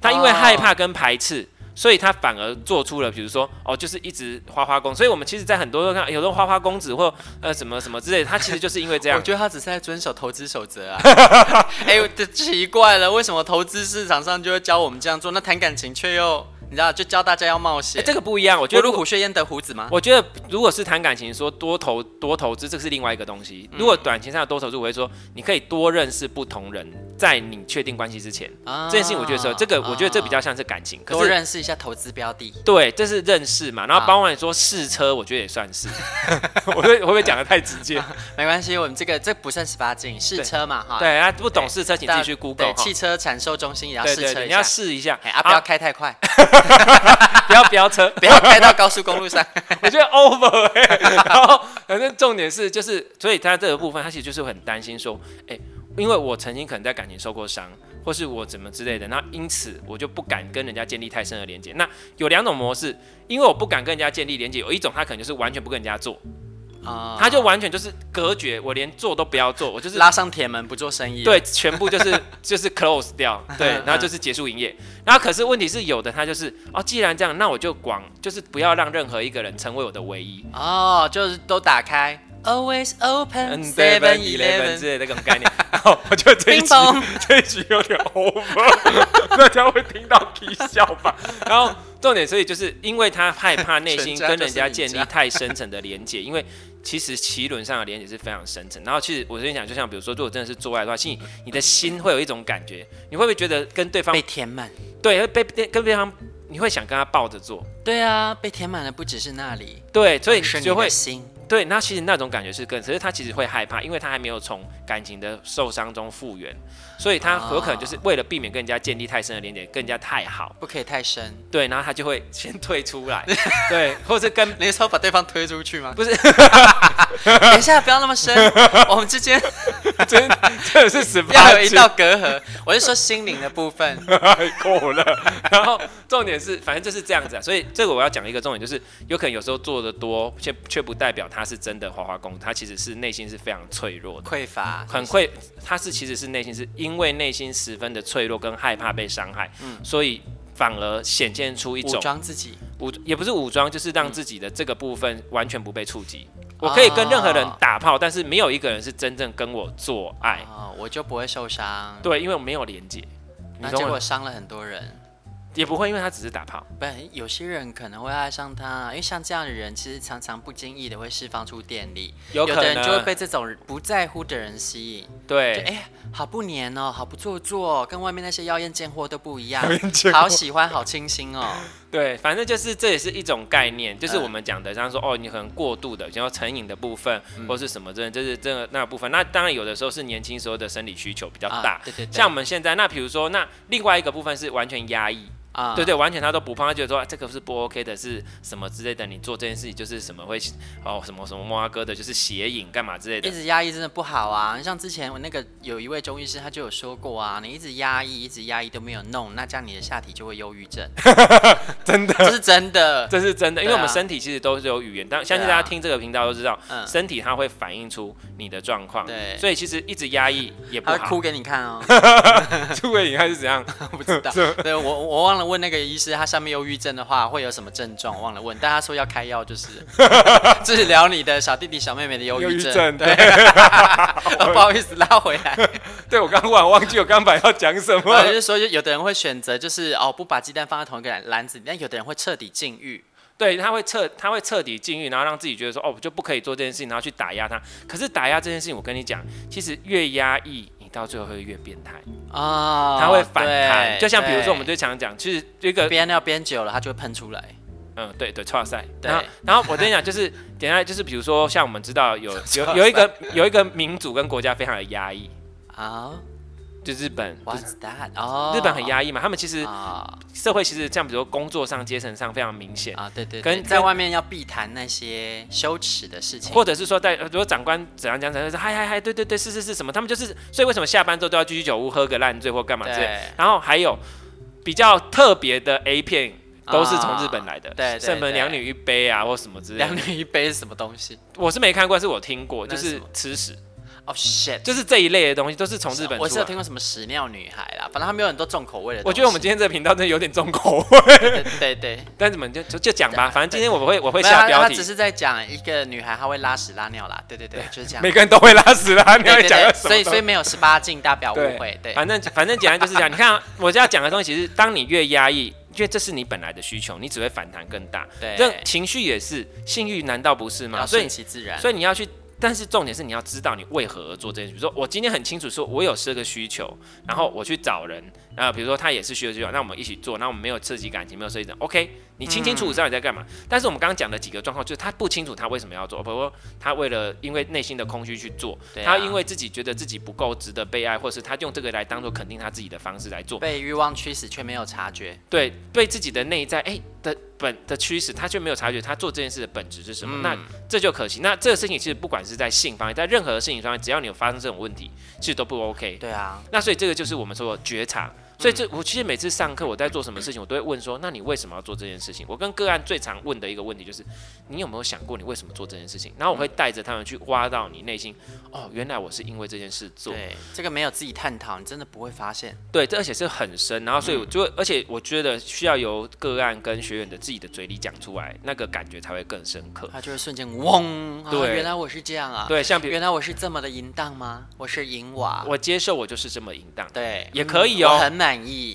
Speaker 2: 他因为害怕跟排斥。所以他反而做出了，比如说，哦，就是一直花花公，所以我们其实，在很多都看到，有的花花公子或呃什么什么之类的，他其实就是因为这样
Speaker 3: 我，觉得他只是在遵守投资守则啊。 哎、我这奇怪了，为什么投资市场上就会教我们这样做？那谈感情却又你知道，就教大家要冒险、
Speaker 2: 哎这个不一样。我觉
Speaker 3: 不
Speaker 2: 得
Speaker 3: 入虎穴焉得虎子吗？
Speaker 2: 我觉得如果是谈感情，说多投多投资，这是另外一个东西。
Speaker 3: 嗯
Speaker 2: 如果短期上的多投资，我会说你可以多认识不同人，在你确定关系之前，
Speaker 3: 啊
Speaker 2: 这件事情我觉得是这个，我觉得这比较像是感情。可
Speaker 3: 多
Speaker 2: 是
Speaker 3: 认识一下投资标的。
Speaker 2: 对，这是认识嘛，然后
Speaker 3: 啊
Speaker 2: 包括你说试车，我觉得也算是。 我会我会不会讲的太直接？
Speaker 3: 没关系，我们这个这不算十八禁，试车嘛哈。
Speaker 2: 对啊，不懂试车，请
Speaker 3: 大
Speaker 2: 自
Speaker 3: 家，
Speaker 2: 己去 Google
Speaker 3: 对
Speaker 2: 哈。
Speaker 3: 汽车产售中心也要
Speaker 2: 对
Speaker 3: 试
Speaker 2: 对
Speaker 3: 车
Speaker 2: 对，
Speaker 3: 一
Speaker 2: 你要
Speaker 3: 下。
Speaker 2: 试一下，
Speaker 3: 哎啊，不要开太快，
Speaker 2: 不要飙车，
Speaker 3: 不要开到高速公路上。
Speaker 2: 我觉得 over 哎、 然后反正重点是就是，所以他这个部分他其实就是很担心说，哎、因为我曾经可能在感情受过伤，或是我怎么之类的，那因此我就不敢跟人家建立太深的连接。那有两种模式，因为我不敢跟人家建立连接，有一种他可能就是完全不跟人家做，
Speaker 3: 啊
Speaker 2: 他就完全就是隔绝，我连做都不要做，我就是
Speaker 3: 拉上铁门不做生意。，
Speaker 2: 对，全部就是 就是 close 掉， 对
Speaker 3: 嗯，
Speaker 2: 然后就是结束营业。然后可是问题是有的他就是哦，既然这样，那我就广就是不要让任何一个人成为我的唯一。
Speaker 3: 哦，就是都打开，Always Open
Speaker 2: 嗯，对
Speaker 3: Seven
Speaker 2: Eleven
Speaker 3: Eleven
Speaker 2: 之类的这种概念。 然后我觉得这一
Speaker 3: 冰
Speaker 2: 集
Speaker 3: 棒
Speaker 2: 这一集有点 over，大 家会听到啼笑吧。然后重点，所以就是因为他害怕内
Speaker 3: 全
Speaker 2: 心
Speaker 3: 家
Speaker 2: 跟人家
Speaker 3: 就是
Speaker 2: 建
Speaker 3: 你家
Speaker 2: 立太深层的连接，因为。其实脐轮上的连接是非常深层，然后其实我跟你讲，就像比如说，如果真的是做爱的话，心你的心会有一种感觉，你会不会觉得跟对方
Speaker 3: 被填满。
Speaker 2: 对会被跟对方，你会想跟他抱着做，
Speaker 3: 对啊，被填满的不只是那里，
Speaker 2: 对，所以你
Speaker 3: 是你
Speaker 2: 就会
Speaker 3: 的心。
Speaker 2: 对，那其实那种感觉是更，可是他其实会害怕，因为他还没有从感情的受伤中复原，所以他有可能就是为了避免跟人家建立太深的连接，跟人家太好，
Speaker 3: 不可以太深。
Speaker 2: 对，然后他就会先退出 来，对，或是跟
Speaker 3: 你是要把对方推出去吗？
Speaker 2: 不是，
Speaker 3: 等一下，不要那 么深，我们之间
Speaker 2: 真 这是十八
Speaker 3: 要有一道 隔阂。我是说心灵的部分，
Speaker 2: 太过了。 然后重点是，反正就是这样子啊。所以这个我要讲一个重点，就是有可能有时候做的多，却却不代表他是真的花花公子，他其实是内心是非常脆弱的，
Speaker 3: 匮乏，
Speaker 2: 很愧，他是其实是内心是因为内心十分的脆弱跟害怕被伤害，所以反而显现出一
Speaker 3: 嗯武
Speaker 2: 种
Speaker 3: 装自己。
Speaker 2: 武也不是武装，就是让自己的这个部分完全不被触及。我可以跟任何人打炮，但是没有一个人是真正跟我做爱。
Speaker 3: 哦，我就不会受伤。
Speaker 2: 对，因为我没有连接，你
Speaker 3: 那
Speaker 2: 懂
Speaker 3: 结
Speaker 2: 我
Speaker 3: 果伤了很多人。
Speaker 2: 也不会，因为他只是打炮。
Speaker 3: 不，有些人可能会爱上他，因为像这样的人，其实常常不经意的会释放出电力，
Speaker 2: 有
Speaker 3: 有
Speaker 2: 可
Speaker 3: 的人
Speaker 2: 能
Speaker 3: 就会被这种不在乎的人吸引。就
Speaker 2: 对，
Speaker 3: 哎、好不黏哦，好不做作、哦，跟外面那些妖艳贱货都 不一样
Speaker 2: 艳贱，货
Speaker 3: 好喜欢，好清新哦。
Speaker 2: 对，反正就是这也是一种概念，就是
Speaker 3: 嗯
Speaker 2: 我们讲的，像说哦，你可能过度的，然后成瘾的部分，
Speaker 3: 嗯
Speaker 2: 或是什么这，就是这个那部分。那当然有的时候是年轻时候的生理需求比较大
Speaker 3: 啊，对对对
Speaker 2: 像我们现在，那比如说，那另外一个部分是完全压抑，
Speaker 3: 啊，
Speaker 2: 对对，完全他都不碰，他觉得说、啊这个是不 OK 的，是什么之类的，你做这件事情就是什么会哦什么什么摸阿哥的，就是邪淫干嘛之类
Speaker 3: 一
Speaker 2: 的。
Speaker 3: 直压抑真的不好啊。像之前我那个有一位中医师，他就有说过啊，你一直压抑，一直压抑都没有弄，那这样你的下体就会忧 郁症，真的，这是真的。
Speaker 2: 这是 真的，因为
Speaker 3: 对
Speaker 2: 我
Speaker 3: 啊
Speaker 2: 们身体其实都是有语言，但相信
Speaker 3: 对
Speaker 2: 大
Speaker 3: 啊
Speaker 2: 家听这个频道都知道，
Speaker 3: 嗯
Speaker 2: 身体它会反映出你的状况，
Speaker 3: 对
Speaker 2: 所以其实一直压抑也不
Speaker 3: 他会
Speaker 2: 好
Speaker 3: 哭。给你看哦，
Speaker 2: 出尾影还是怎样？
Speaker 3: 不 知道。对我，我忘了问那个医师，他上面忧郁症的话会有什么症状，忘了问。但他说要开药，就是 治疗你的小弟弟、小妹妹的忧郁症。
Speaker 2: 对，
Speaker 3: 哦不好意思，拉回 来。
Speaker 2: 对我刚忽然忘记我刚本来要讲什
Speaker 3: 我就
Speaker 2: 么。
Speaker 3: 是说，有的人会选择就是哦，不把鸡蛋放在同一个篮篮子里，但有的人会彻底禁欲。
Speaker 2: 对，他会彻他会彻底禁欲，然后让自己觉得说哦，我就不可以做这件事情，然后去打压他。可是打压这件事情，我跟你讲，其实越压抑，你到最后会越变态，
Speaker 3: 啊，
Speaker 2: 他会反弹。
Speaker 3: 对
Speaker 2: 就像比如说我们
Speaker 3: 对
Speaker 2: 最常讲，其实这个
Speaker 3: 憋尿憋久了，它就会喷出来。
Speaker 2: 嗯，对对，超赛。
Speaker 3: 对
Speaker 2: 然后，然后我跟你讲， 就是等一下就是，比如说像我们知道有有有一个 有一个民族跟国家非常的压抑，
Speaker 3: 啊
Speaker 2: 就日本，就是
Speaker 3: ，What's that？哦，
Speaker 2: 日本很压抑嘛，他们其实
Speaker 3: 啊
Speaker 2: 社会其实像比如说工作上、阶层上非常明显，
Speaker 3: 啊，对对，
Speaker 2: 跟
Speaker 3: 跟在外面要避谈那些羞耻的事情。
Speaker 2: 或者是说在呃如果长官怎样讲，怎样说嗨嗨嗨，对对对，是是是什么，他们就是所以为什么下班之后都要去居酒屋喝个烂醉或干嘛之类
Speaker 3: 对。
Speaker 2: 然后还有比较特别的 A 片。都是从日本来的，
Speaker 3: 啊对对
Speaker 2: 圣门
Speaker 3: 对
Speaker 2: 两女一杯啊，或什么之类
Speaker 3: 两
Speaker 2: 的。
Speaker 3: 女一杯是什么东西？
Speaker 2: 我是没看过，但是我听过，就
Speaker 3: 那是
Speaker 2: 是
Speaker 3: 什么
Speaker 2: 吃屎。
Speaker 3: 哦、shit！
Speaker 2: 就是这一类的东西都是从日本
Speaker 3: 我
Speaker 2: 出
Speaker 3: 是有
Speaker 2: 来
Speaker 3: 听
Speaker 2: 的。
Speaker 3: 过什么屎尿女孩啦，反正他们有很多重口味的东西。
Speaker 2: 我觉得我们今天这个频道真的有点 重口味，
Speaker 3: 对对对，
Speaker 2: 但是我们就就就讲吧，反正今天我们会我 会
Speaker 3: 没有
Speaker 2: 下
Speaker 3: 他
Speaker 2: 标
Speaker 3: 他只
Speaker 2: 题，
Speaker 3: 是在讲一个女孩，她会拉屎拉尿啦。对对对，就是这样。
Speaker 2: 每个人都会拉屎啦，你
Speaker 3: 对
Speaker 2: 会
Speaker 3: 对
Speaker 2: 讲到
Speaker 3: 对，
Speaker 2: 什么东
Speaker 3: 所以所以
Speaker 2: 西？啊
Speaker 3: 没有十八禁，大家不要误会。对，
Speaker 2: 反正反正简单就是这样。你看 啊我要讲的东西，其实当你越压抑，因为这是你本来的需求，你只会反弹更大。
Speaker 3: 对
Speaker 2: 这情绪也是，性欲难道不是吗？
Speaker 3: 哎要
Speaker 2: 所以
Speaker 3: 顺其自然。
Speaker 2: 所以你要去，但是重点是你要知道你为何而做这件事。比如说，我今天很清楚说我有这个需求，然后我去找人，啊，比如说他也是需求需求，那我们一起做，那我们没有刺激感情，没有涉及感，OK，你清清楚楚知道你在干嘛。但是我们刚刚讲的几个状况，就是他不清楚他为什么要做，比如说他为了因为内心的空虚去做，
Speaker 3: 对
Speaker 2: 他
Speaker 3: 啊
Speaker 2: 因为自己觉得自己不够值得被爱，或是他用这个来当做肯定他自己的方式来做，
Speaker 3: 被欲望驱使却没有察觉。
Speaker 2: 对对自己的内在哎、的本的驱使，他却没有察觉他做这件事的本质是
Speaker 3: 嗯
Speaker 2: 什么，那这就可惜。那这个事情其实不管是在性方面，在任何事情上面，只要你有发生这种问题，其实都不 OK。
Speaker 3: 对嗯啊，
Speaker 2: 那所以这个就是我们说的觉察。所以这我其实每次上课我在做什么事情，我都会问说，那你为什么要做这件事情？我跟个案最常问的一个问题就是，你有没有想过你为什么做这件事情？然后我
Speaker 3: 嗯
Speaker 2: 会带着他们去挖到你内心，哦，原来我是因为这件事做。
Speaker 3: 对，这个没有自己探讨，你真的不会发现。
Speaker 2: 对，这而且是很深，然后所以我
Speaker 3: 嗯
Speaker 2: 就会、而且我觉得需要由个案跟学员的自己的嘴里讲出来，那个感觉才会更深刻。
Speaker 3: 他就会瞬间嗡，啊
Speaker 2: 对
Speaker 3: 原来我是这样啊。
Speaker 2: 对，像比如
Speaker 3: 原来我是啊这么的淫荡吗？我是淫娃。
Speaker 2: 我接受我就是这么淫荡，
Speaker 3: 对，
Speaker 2: 也
Speaker 3: 嗯
Speaker 2: 可以哦
Speaker 3: 我很满意。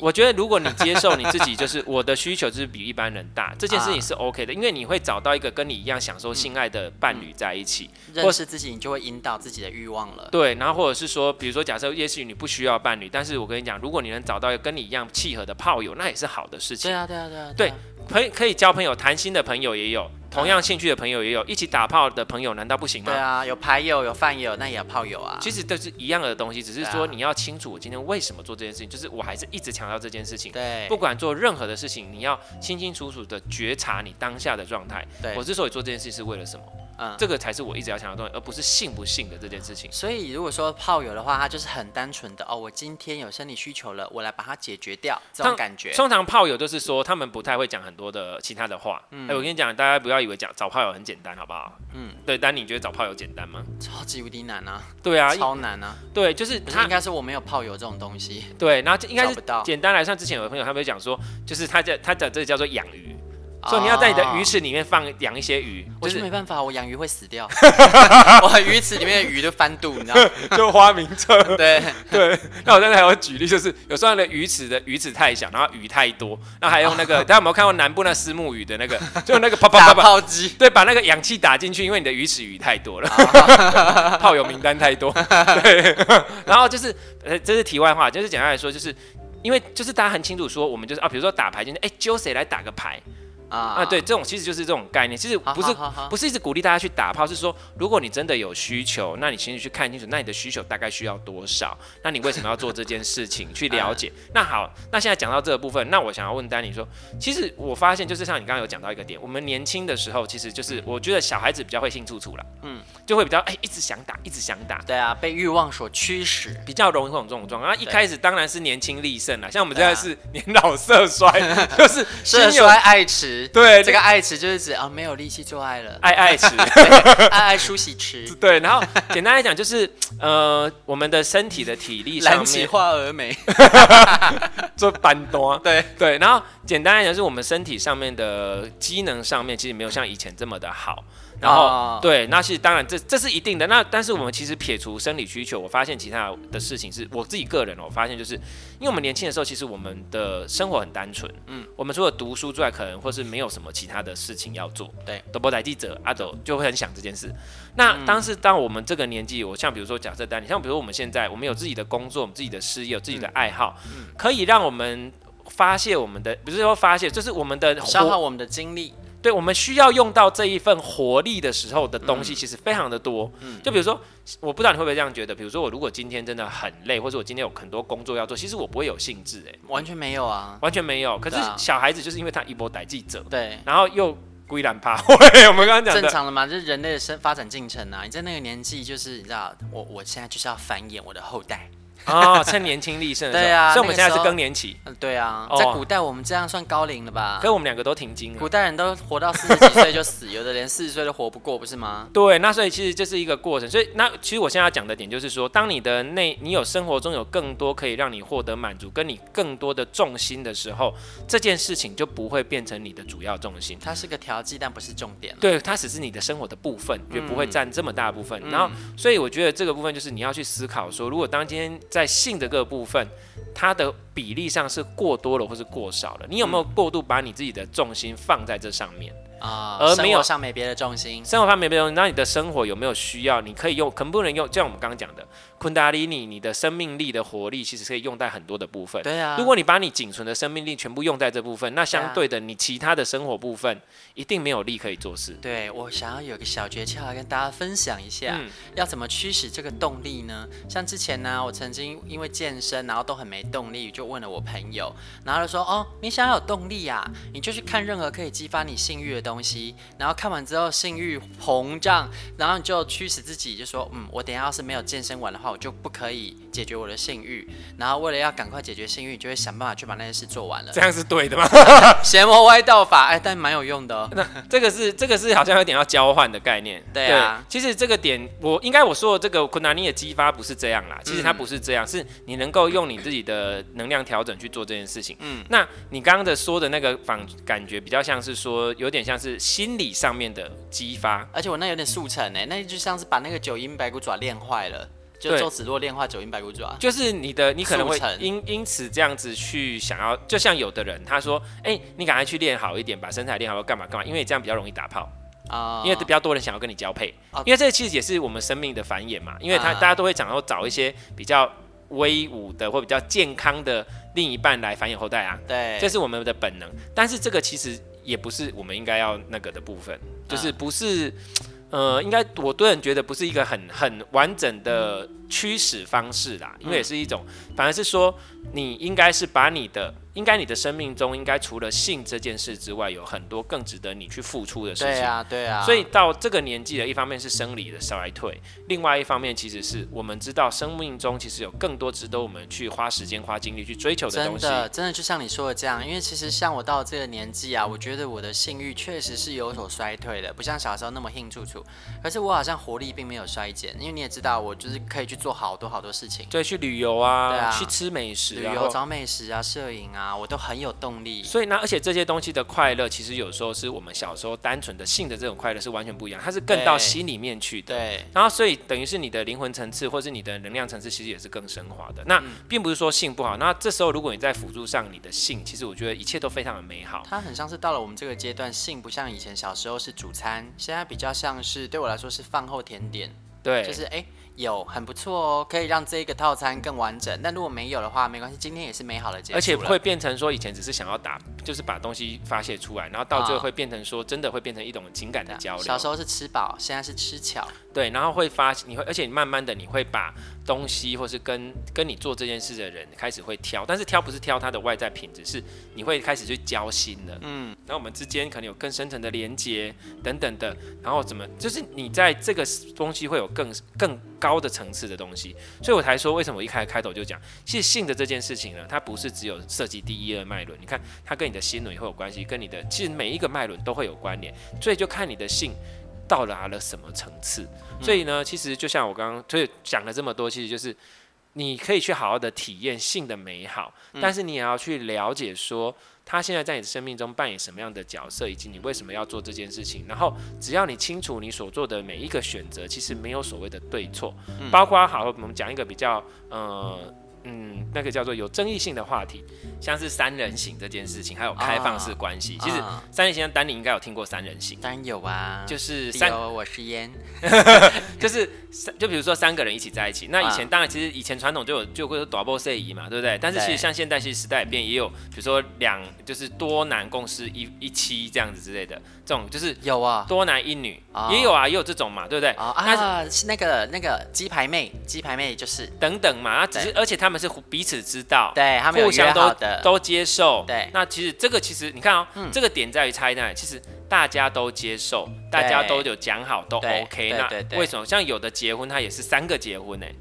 Speaker 2: 我觉得如果你接受你自己，就是我的需求就是比一般人大，这件事
Speaker 3: 啊
Speaker 2: 情是 OK 的，因为你会找到一个跟你一样享
Speaker 3: 嗯
Speaker 2: 受性爱的伴侣在一起。
Speaker 3: 认识自己，你就会引导自己的欲望了。
Speaker 2: 对，然后或者是说，比如说假设也许你不需要伴侣，但是我跟你讲，如果你能找到一个跟你一样契合的炮友，那也是好的事情
Speaker 3: 对。啊，对啊，对啊。
Speaker 2: 对
Speaker 3: 啊，
Speaker 2: 朋可以交朋友，谈心的朋友也有，同样兴趣的朋友也有，一起打炮的朋友难道不行吗？
Speaker 3: 对啊，有牌友，有饭友，那也有炮友啊。
Speaker 2: 其实都是一样的东西，只是
Speaker 3: 对啊
Speaker 2: 说你要清楚我今天为什么做这件事情。就是我还是一直强调这件事情，
Speaker 3: 对，
Speaker 2: 不管做任何的事情，你要清清楚楚的觉察你当下的状态。
Speaker 3: 对
Speaker 2: 我，之所以做这件事是为了什么？
Speaker 3: 嗯，
Speaker 2: 这个才是我一直要强调的东西，而不是信不信的这件事情。
Speaker 3: 所以如果说炮友的话，他就是很单纯的哦，我今天有生理需求了，我来把它解决掉，这种
Speaker 2: 当
Speaker 3: 感觉。
Speaker 2: 通常炮友就是说，他们不太会讲很多的其他的话。哎、我跟你讲，大家不要以为讲找炮友很简单，好不好？
Speaker 3: 嗯
Speaker 2: 嗯，对。但你觉得找炮友简单吗？
Speaker 3: 超级无敌难啊，
Speaker 2: 对啊，
Speaker 3: 超难啊！
Speaker 2: 对，就是
Speaker 3: 不是
Speaker 2: 他
Speaker 3: 应该是我没有炮友这种东西，
Speaker 2: 对，然后就应该
Speaker 3: 找
Speaker 2: 是
Speaker 3: 不到。
Speaker 2: 简单来算，之前有朋友他们就讲说，就是他叫他讲这个叫做养鱼，所以你要在你的鱼
Speaker 3: 哦，
Speaker 2: 池里面放养一些鱼，
Speaker 3: 我
Speaker 2: 就是
Speaker 3: 没
Speaker 2: 是
Speaker 3: 办法，我养鱼会死 掉，我鱼池里面的鱼都翻肚，你知道 吗？
Speaker 2: 就花名册。
Speaker 3: 对，
Speaker 2: 对， 那我刚才还有举例，就是有时候那个鱼池的鱼池太小，然后鱼太多，然后还用那 个，大家有没有看过南部那丝木鱼的那个，就那个啪啪
Speaker 3: 打
Speaker 2: 啪啪。
Speaker 3: 炮机。
Speaker 2: 对，把那个氧气打进去，因为你的鱼池鱼太多了，
Speaker 3: 哦
Speaker 2: 炮友名单太 多。对， 然后就是，呃，这是题外话，就是简单来说，就是因为就是大家很清楚说，我们就是啊，比如说打牌，就是哎揪谁来打个牌
Speaker 3: 啊
Speaker 2: 啊，对，，这种其实就是这种概念，其实
Speaker 3: 好
Speaker 2: 不是
Speaker 3: 好好好
Speaker 2: 不是一直鼓励大家去打炮，是说如果你真的有需求，那你请你去看清楚，那你的需求大概需要多少？那你为什么要做这件事情？去了 解。
Speaker 3: 嗯
Speaker 2: 那好，那现在讲到这个部分，那我想要问丹尼说，其实我发现就是像你刚刚有讲到一个点，我们年轻的时候，其实就是我觉得小孩子比较会性处处啦，
Speaker 3: 嗯
Speaker 2: 嗯，就会比较哎、一直想打，一直想打。
Speaker 3: 对啊，被欲望所驱使。
Speaker 2: 比较容易会有这种状况，啊然后一
Speaker 3: 对
Speaker 2: 开始当然是年轻力盛啦，像我们现
Speaker 3: 对
Speaker 2: 在
Speaker 3: 啊
Speaker 2: 是年老色衰， 就是
Speaker 3: 射
Speaker 2: 心有
Speaker 3: 衰爱池，
Speaker 2: 对啊
Speaker 3: 这个爱池就是指啊没有力气做爱 了，
Speaker 2: 爱爱吃，啊
Speaker 3: 爱爱梳洗池，
Speaker 2: 对，然后简单来讲就是， 呃，我们的身体的体力上
Speaker 3: 燃起
Speaker 2: 面
Speaker 3: 花蛾眉。
Speaker 2: 做搬端，
Speaker 3: 对，
Speaker 2: 对，然后简单来讲就是我们身体上面的机能上面其实没有像以前这么的好，然后、
Speaker 3: 哦
Speaker 2: 对，那其实当然这这是一定的，那但是我们其实撇除生理需求，我发现其他的事情是我自己个人哦我发现就是因为我们年轻的时候其实我们的生活很单纯，嗯，我们除了读书之外，可能或是没有什么其他的事情要做，
Speaker 3: 对，
Speaker 2: 都不逮记者阿斗就会很想这件事。
Speaker 3: 嗯
Speaker 2: 那当时当我们这个年纪，我像比如说假设单，你像比如我们现在，我们有自己的工作，我们自己的事业，有自己的爱好，
Speaker 3: 嗯
Speaker 2: 可以让我们。发泄我们的，不是说发泄，就是我们的
Speaker 3: 消
Speaker 2: 活
Speaker 3: 耗我们的精力。
Speaker 2: 对，我们需要用到这一份活力的时候的东
Speaker 3: 嗯
Speaker 2: 西，其实非常的多。就比如说，我不知道你会不会这样觉得，比如说我如果今天真的很累，或者我今天有很多工作要做，其实我不会有兴致、欸，
Speaker 3: 完全没有啊。
Speaker 2: 完全没有。可是
Speaker 3: 对啊
Speaker 2: 小孩子就是因为他一波逮记者，
Speaker 3: 对，
Speaker 2: 然后又归然趴， 对，我们刚刚讲
Speaker 3: 正
Speaker 2: 的。
Speaker 3: 常的嘛，这是人类的生发展进程啊。你在那个年纪，就是你知道，我我现在就是要繁衍我的后代。
Speaker 2: 哦，趁年轻力盛的时候，
Speaker 3: 对啊
Speaker 2: 所以我们
Speaker 3: 那个
Speaker 2: 现在
Speaker 3: 时
Speaker 2: 是
Speaker 3: 候
Speaker 2: 更年期，
Speaker 3: 嗯，对啊，
Speaker 2: 哦
Speaker 3: 在古代我们这样算高龄了吧
Speaker 2: 可？是我们两个都停经了
Speaker 3: 古。代人都活到四十几岁 就死，有的连四十岁都活不过，不是吗？
Speaker 2: 对，那所以其实这是一个过程，所以那其实我现在要讲的点就是说，当你的内你有生活中有更多可以让你获得满足，跟你更多的重心的时候，这件事情就不会变成你的主要重心。
Speaker 3: 它是个调剂，但不是重点。
Speaker 2: 对，它只是你的生活的部分，
Speaker 3: 嗯
Speaker 2: 也不会占这么大部分。然后，所以我觉得这个部分就是你要去思考说，如果当今天在性的各个部分，它的比例上是过多了或是过少了，你有没
Speaker 3: 嗯
Speaker 2: 有过度把你自己的重心放在这上面？
Speaker 3: 啊，
Speaker 2: 而
Speaker 3: 生
Speaker 2: 没有
Speaker 3: 活上没别的重心。
Speaker 2: 生活方面没有，那你的生活有没有需要？你可以用，可不能用？就像我们刚刚讲的，昆达里尼，你的生命力的活力其实可以用在很多的部分。
Speaker 3: 对啊，
Speaker 2: 如果你把你仅存的生命力全部用在这部分，那相对的，你其他的生活部分一定没有力可以做事。
Speaker 3: 对我想要有个小诀窍来跟大家分享一下，
Speaker 2: 嗯
Speaker 3: 要怎么驱使这个动力呢？像之前呢，我曾经因为健身，然后都很没动力，就问了我朋友，然后他就说：“哦，你想要有动力啊，你就去看任何可以激发你性欲的东西，然后看完之后性欲膨胀，然后你就驱使自己，就说：嗯，我等一下要是没有健身完的话，我就不可以解决我的性欲。然后为了要赶快解决性欲，你就会想办法去把那件事做完了
Speaker 2: 这。样是对的吗？
Speaker 3: 邪魔歪道法，哎，但蛮有用的、哦。
Speaker 2: 这个是这个是好像有点要交换的概念。
Speaker 3: 对啊
Speaker 2: 其实这个点我应该我说的这个昆达尼的激发不是这样啦，
Speaker 3: 嗯
Speaker 2: 其实它不是这样，是你能够用你自己的能量调整去做这件事情。
Speaker 3: 嗯
Speaker 2: 嗯，那你刚刚的说的那个仿感觉比较像是说，有点像是心理上面的激发。
Speaker 3: 而且我那有点速成哎，那就像是把那个九阴白骨爪练坏了，就
Speaker 2: 对
Speaker 3: 周芷若练坏九阴白骨爪。
Speaker 2: 就是你的，你可能会
Speaker 3: 速成
Speaker 2: 因因此这样子去想要，就像有的人他说，哎、你赶快去练好一点，把身材练好，干嘛干嘛，因为这样比较容易打炮。
Speaker 3: 啊、
Speaker 2: 因为比较多人想要跟你交配
Speaker 3: 啊，
Speaker 2: 因为这其实也是我们生命的繁衍嘛，因为他
Speaker 3: 啊
Speaker 2: 大家都会想要找一些比较威武的或比较健康的另一半来繁衍后代啊，
Speaker 3: 对，
Speaker 2: 这是我们的本能。但是这个其实也不是我们应该要那个的部分，
Speaker 3: 啊
Speaker 2: 就是不是，呃，应该我个人觉得不是一个很很完整的驱使方式啦，因为
Speaker 3: 嗯
Speaker 2: 也是一种，反而是说你应该是把你的，应该你的生命中应该除了性这件事之外，有很多更值得你去付出的事
Speaker 3: 对
Speaker 2: 情。
Speaker 3: 啊，对啊，
Speaker 2: 所以到这个年纪的，一方面是生理的衰退，另外一方面其实是我们知道生命中其实有更多值得我们去花时间、花精力去追求的
Speaker 3: 真
Speaker 2: 东西。
Speaker 3: 的，真的就像你说的这样，因为其实像我到这个年纪啊，我觉得我的性欲确实是有所衰退的，不像小时候那么兴处处。可是我好像活力并没有衰减，因为你也知道，我就是可以去做好多好多事情，
Speaker 2: 对，去旅游啊，
Speaker 3: 对啊
Speaker 2: 去吃美食、
Speaker 3: 旅
Speaker 2: 啊，
Speaker 3: 游、找美食啊、摄影啊，我都很有动力。
Speaker 2: 所以呢，而且这些东西的快乐，其实有时候是我们小时候单纯的性的这种快乐是完全不一样，它是更到
Speaker 3: 对
Speaker 2: 心里面去的。
Speaker 3: 对，
Speaker 2: 然后，所以等于是你的灵魂层次，或是你的能量层次，其实也是更升华的。
Speaker 3: 嗯
Speaker 2: 那并不是说性不好，那这时候如果你在辅助上你的性，其实我觉得一切都非常的美好。
Speaker 3: 它很像是到了我们这个阶段，性不像以前小时候是主餐，现在比较像是对我来说是饭后甜点，
Speaker 2: 嗯对，
Speaker 3: 就是哎。有很不错哦，可以让这一个套餐更完整。但如果没有的话，没关系，今天也是美好的结束
Speaker 2: 而且
Speaker 3: 了
Speaker 2: 会变成说，以前只是想要打，就是把东西发泄出来，然后到最后
Speaker 3: 啊
Speaker 2: 会变成说，真的会变成一种情感的
Speaker 3: 对啊
Speaker 2: 交流。
Speaker 3: 小时候是吃饱，现在是吃巧。
Speaker 2: 对，然后会发，你会，而且你慢慢的你会把东西，或是跟跟你做这件事的人开始会挑，但是挑不是挑他的外在品质，是你会开始去交心了。嗯，然后我们之间可能有更深层的连接等等的，然后怎么，就是你在这个东西会有更更高的层次的东西，所以我才说为什么我一开开头就讲，其实性的这件事情呢，它不是只有涉及第一二脉轮，你看它跟你的心轮也会有关系，跟你的其实每一个脉轮都会有关联，所以就看你的性到达了什么层次。所以呢，其实就像我刚刚所以讲了这么多，其实就是你可以去好好的体验性的美好，但是你也要去了解说他现在在你生命中扮演什么样的角色，以及你为什么要做这件事情。然后只要你清楚你所做的每一个选择，其实没有所谓的对错，包括好，我们讲一个比较呃。嗯，那个叫做有争议性的话题，像是三人行这件事情，还有开放式关系。其实
Speaker 3: 啊
Speaker 2: 三人行，丹尼应该有听过三人行，
Speaker 3: 当然有啊，
Speaker 2: 就是三
Speaker 3: 有我是烟，
Speaker 2: 就是三，就比如说三个人一起在一起，那以
Speaker 3: 嗯
Speaker 2: 前当然其实以前传统就有就会有 double C 姨嘛，对不对？但是其实
Speaker 3: 对
Speaker 2: 像现代其实时代也变，也有比如说两就是多男共事一一妻这样子之类的，这种就是
Speaker 3: 有啊
Speaker 2: 多男一女、
Speaker 3: 哦
Speaker 2: 也有啊，也有这种嘛，对不对？
Speaker 3: 啊
Speaker 2: 但是
Speaker 3: 啊，是那个那个鸡排妹，鸡排妹就是
Speaker 2: 等等嘛，那啊只是而且他们是互彼此知道，
Speaker 3: 对他们有
Speaker 2: 互
Speaker 3: 约
Speaker 2: 相
Speaker 3: 好
Speaker 2: 都
Speaker 3: 的，
Speaker 2: 都接受。
Speaker 3: 对嗯
Speaker 2: 那其实这个其实你看哦，这个点在于差异在哪里？其实大家都接受，大家都有讲好，都
Speaker 3: 对
Speaker 2: OK
Speaker 3: 对。对
Speaker 2: 那
Speaker 3: 对
Speaker 2: 为什么像有的结婚他也是三个结婚欸呢、
Speaker 3: 哦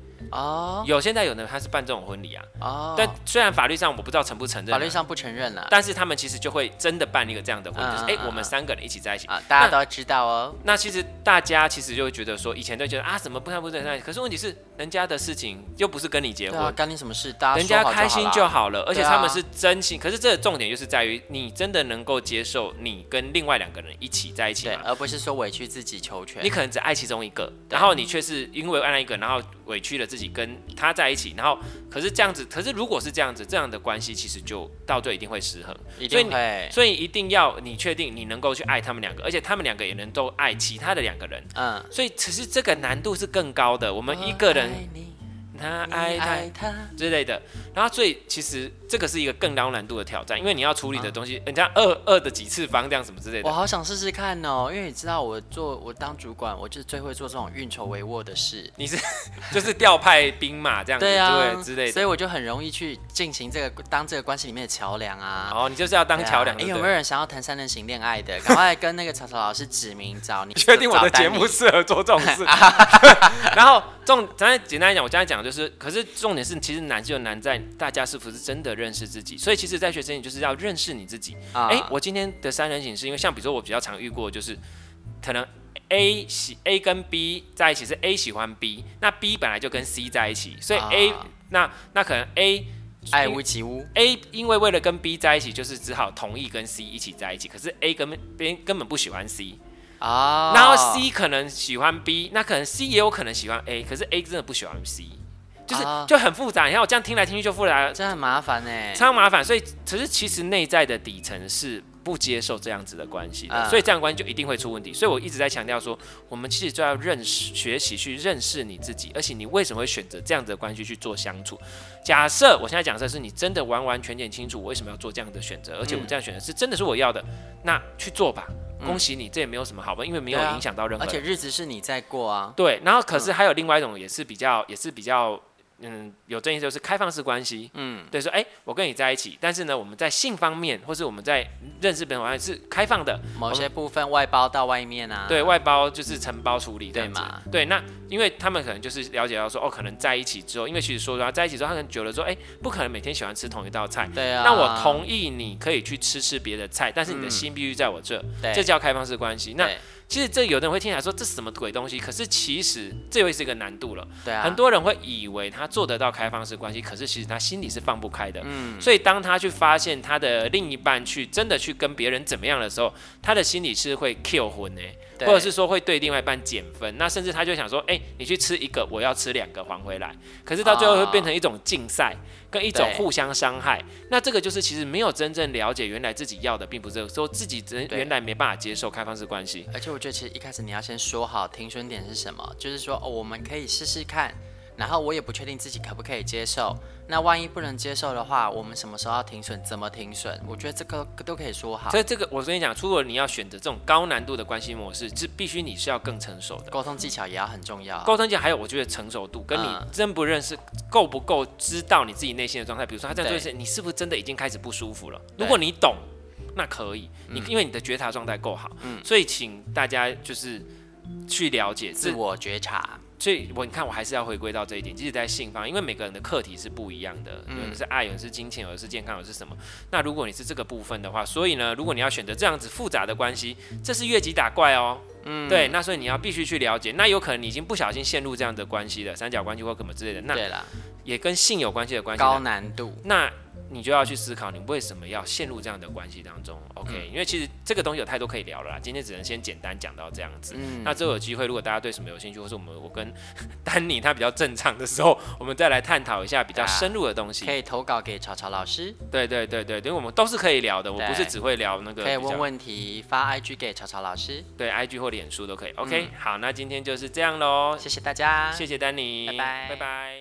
Speaker 2: 有现在有的他是办这种婚礼啊，
Speaker 3: 哦，
Speaker 2: 但虽然法律上我不知道承不承认啊，
Speaker 3: 法律上不承认了
Speaker 2: 但是他们其实就会真的办一个这样的婚，就是
Speaker 3: 嗯
Speaker 2: 哎、
Speaker 3: 嗯嗯
Speaker 2: 我们三个人一起在一起。
Speaker 3: 啊，大家都要知道哦，
Speaker 2: 那其实大家其实就会觉得说，以前都觉得啊，怎么不看不承认？可是问题是，人家的事情又不是跟你结
Speaker 3: 对
Speaker 2: 婚，
Speaker 3: 啊，干你什么事？大家
Speaker 2: 人家
Speaker 3: 说好
Speaker 2: 开心
Speaker 3: 好
Speaker 2: 就
Speaker 3: 啦
Speaker 2: 好了，而且
Speaker 3: 对啊
Speaker 2: 他们是真心。可是这个重点就是在于，你真的能够接受你跟另外两个人一起在一起
Speaker 3: 对，
Speaker 2: 吗？
Speaker 3: 而不是说委屈自己求全
Speaker 2: 嗯你。可能只爱其中一个，然后你却是因为爱那一个，然后委屈了自己跟他在一起，然后可是这样子，可是如果是这样子，这样的关系其实就到最后一定会失衡，
Speaker 3: 一
Speaker 2: 所以
Speaker 3: 定
Speaker 2: 你
Speaker 3: 会，
Speaker 2: 所以一定要你确定你能够去爱他们两个，而且他们两个也能够爱其他的两个人，
Speaker 3: 嗯，
Speaker 2: 所以其实这个难度是更高的。我
Speaker 3: 我
Speaker 2: 们一个
Speaker 3: 哦爱
Speaker 2: 人
Speaker 3: 你
Speaker 2: 他
Speaker 3: 你
Speaker 2: 爱他
Speaker 3: 爱他，
Speaker 2: 之类的。然后所以其实这个是一个更高难度的挑战，因为你要处理
Speaker 3: 啊
Speaker 2: 的东西，人家二二的几次方这样什么之类
Speaker 3: 我
Speaker 2: 的。
Speaker 3: 好想试试看哦，因为你知道我做我当主管，我就是最会做这种运筹帷幄的事。
Speaker 2: 你是就是调派兵马这样子，
Speaker 3: 对啊，
Speaker 2: 对之类
Speaker 3: 所
Speaker 2: 的。
Speaker 3: 以我就很容易去进行这个当这个关系里面的桥梁啊。
Speaker 2: 哦，你就是要当桥梁，
Speaker 3: 哎、
Speaker 2: 对
Speaker 3: 有
Speaker 2: 不
Speaker 3: 没有
Speaker 2: 对？
Speaker 3: 人想要谈三人行恋爱的？赶快跟那个曹操老师指 名找你。
Speaker 2: 你确定我的
Speaker 3: 找
Speaker 2: 节
Speaker 3: 丹尼
Speaker 2: 目适合做这种事？ 然后重，咱简单来讲，我刚才讲就是，可是重点是，其实难就难在大家是不是真的认识自己。所以其实，在学生你就是要认识你自己。
Speaker 3: 啊？
Speaker 2: 哎、我今天的三人行是因为像比如说我比较常遇过，就是可能 A 喜 A 跟 B 在一起是 A 喜欢 B，那 B 本来就跟 C 在一起，所以 A、
Speaker 3: 啊
Speaker 2: 那那可能 A
Speaker 3: 爱
Speaker 2: 因
Speaker 3: 屋及乌，
Speaker 2: A 因为为了跟 B 在一起，就是只好同意跟 C 一起在一起，可是 A 根本别根本不喜欢 C，
Speaker 3: 啊，
Speaker 2: 然后 C 可能喜欢 B，那可能 C 也有可能喜欢 A，可是 A 真的不喜欢 C，就是、
Speaker 3: 啊
Speaker 2: 就很复杂。你看我这样听来听去就复杂了，
Speaker 3: 真的很麻烦哎、
Speaker 2: 超麻烦。所以，可是其实内在的底层是不接受这样子的关系的，
Speaker 3: 啊
Speaker 2: 所以这样关系就一定会出问题。所以我一直在强调说，我们其实就要认识、学习去认识你自己，而且你为什么会选择这样子的关系去做相处？假设我现在假设是你真的完完全全清楚我为什么要做这样的
Speaker 3: 嗯
Speaker 2: 选择，而且我这样选择是真的是我要的，那去做吧。恭喜你，这也没有什么好吧，因为没有
Speaker 3: 对啊
Speaker 2: 影响到任何
Speaker 3: 而
Speaker 2: 人。
Speaker 3: 且日子是你在过啊，
Speaker 2: 对，然后可是还有另外一种也是比较，也是比较，嗯，有争议就是开放式关系，嗯，对，说哎、我跟你在一起，但是呢，我们在性方面，或是我们在认识朋友方面是开放的，
Speaker 3: 某些部分外包到外面啊，
Speaker 2: 嗯对外包就是承包处理这
Speaker 3: 对
Speaker 2: 样子。
Speaker 3: 嘛？
Speaker 2: 对，那因为他们可能就是了解到说，哦，可能在一起之后，因为其实说实话，在一起之后，他可能觉得说，哎、不可能每天喜欢吃同一道菜。
Speaker 3: 对啊，嗯
Speaker 2: 那我同意你可以去吃吃别的菜，但是你的心必须在我这，
Speaker 3: 对
Speaker 2: 这叫开放式关系。那
Speaker 3: 对
Speaker 2: 其实这有的人会听起来说这是什么鬼东西，可是其实这又是一个难度了。
Speaker 3: 对啊，
Speaker 2: 很多人会以为他做得到开放式关系，可是其实他心里是放不开的。
Speaker 3: 嗯
Speaker 2: 所以当他去发现他的另一半去真的去跟别人怎么样的时候，他的心里是会 kill 魂呢、
Speaker 3: 对
Speaker 2: 或者是说会对另外一半减分。那甚至他就想说，哎、你去吃一个，我要吃两个还回来。可是到最后会变成一种竞赛，跟一种
Speaker 3: 对
Speaker 2: 互相伤害。那这个就是其实没有真正了解原来自己要的，并不是说自己真
Speaker 3: 对
Speaker 2: 原来没办法接受开放式关系。
Speaker 3: 而且我觉得其实一开始你要先说好停损点是什么，就是说哦，我们可以试试看，然后我也不确定自己可不可以接受。那万一不能接受的话，我们什么时候要停损，怎么停损？我觉得这个都可以说好
Speaker 2: 所，以这个我跟你讲，如果你要选择这种高难度的关系模式，是必须你是要更成熟的。
Speaker 3: 沟通技巧也要很重要。
Speaker 2: 沟通界还有，我觉得成熟度跟你
Speaker 3: 嗯
Speaker 2: 认不认识、够不够知道你自己内心的状态。比如说他这样做
Speaker 3: 对
Speaker 2: 一些，你是不是真的已经开始不舒服了？
Speaker 3: 对嗯
Speaker 2: 如果你懂，那可以，你因为你的觉察状态够好，所以请大家就是去了解
Speaker 3: 自
Speaker 2: 自。
Speaker 3: 我觉察，
Speaker 2: 所以我你看，我还是要回归到这一点，即使在性方，因为每个人的课题是不一样的，有的是爱，有的是金钱，有的是健康，有的是什么。那如果你是这个部分的话，所以呢，如果你要选择这样子复杂的关系，这是越级打怪哦。嗯，对，那所以你要必须去了解，那有可能你已经不小心陷入这样的关系了，三角关系或什么之类的，那
Speaker 3: 对了，
Speaker 2: 也跟性有关系的关系呢，
Speaker 3: 嗯高难度，
Speaker 2: 那你就要去思考你为什么要陷入这样的关系当中。OK，、因为其实这个东西有太多可以聊了啦，今天只能先简单讲到这样子。
Speaker 3: 嗯
Speaker 2: 那之后有机会，如果大家对什么有兴趣，或是我们我跟 丹尼他比较正常的时候，我们再来探讨一下比较
Speaker 3: 啊
Speaker 2: 深入的东西。
Speaker 3: 可以投稿给曹曹老师，
Speaker 2: 对对对对，因为我们都是可以聊的，我不是
Speaker 3: 对
Speaker 2: 只会聊那个
Speaker 3: 可以
Speaker 2: 比较
Speaker 3: 问问题，发 IG 给曹曹老师。
Speaker 2: 对 IG 或脸书都可以。OK，、好，那今天就是这样喽，
Speaker 3: 嗯谢谢大家，
Speaker 2: 谢谢丹尼，
Speaker 3: 拜拜
Speaker 2: 拜拜。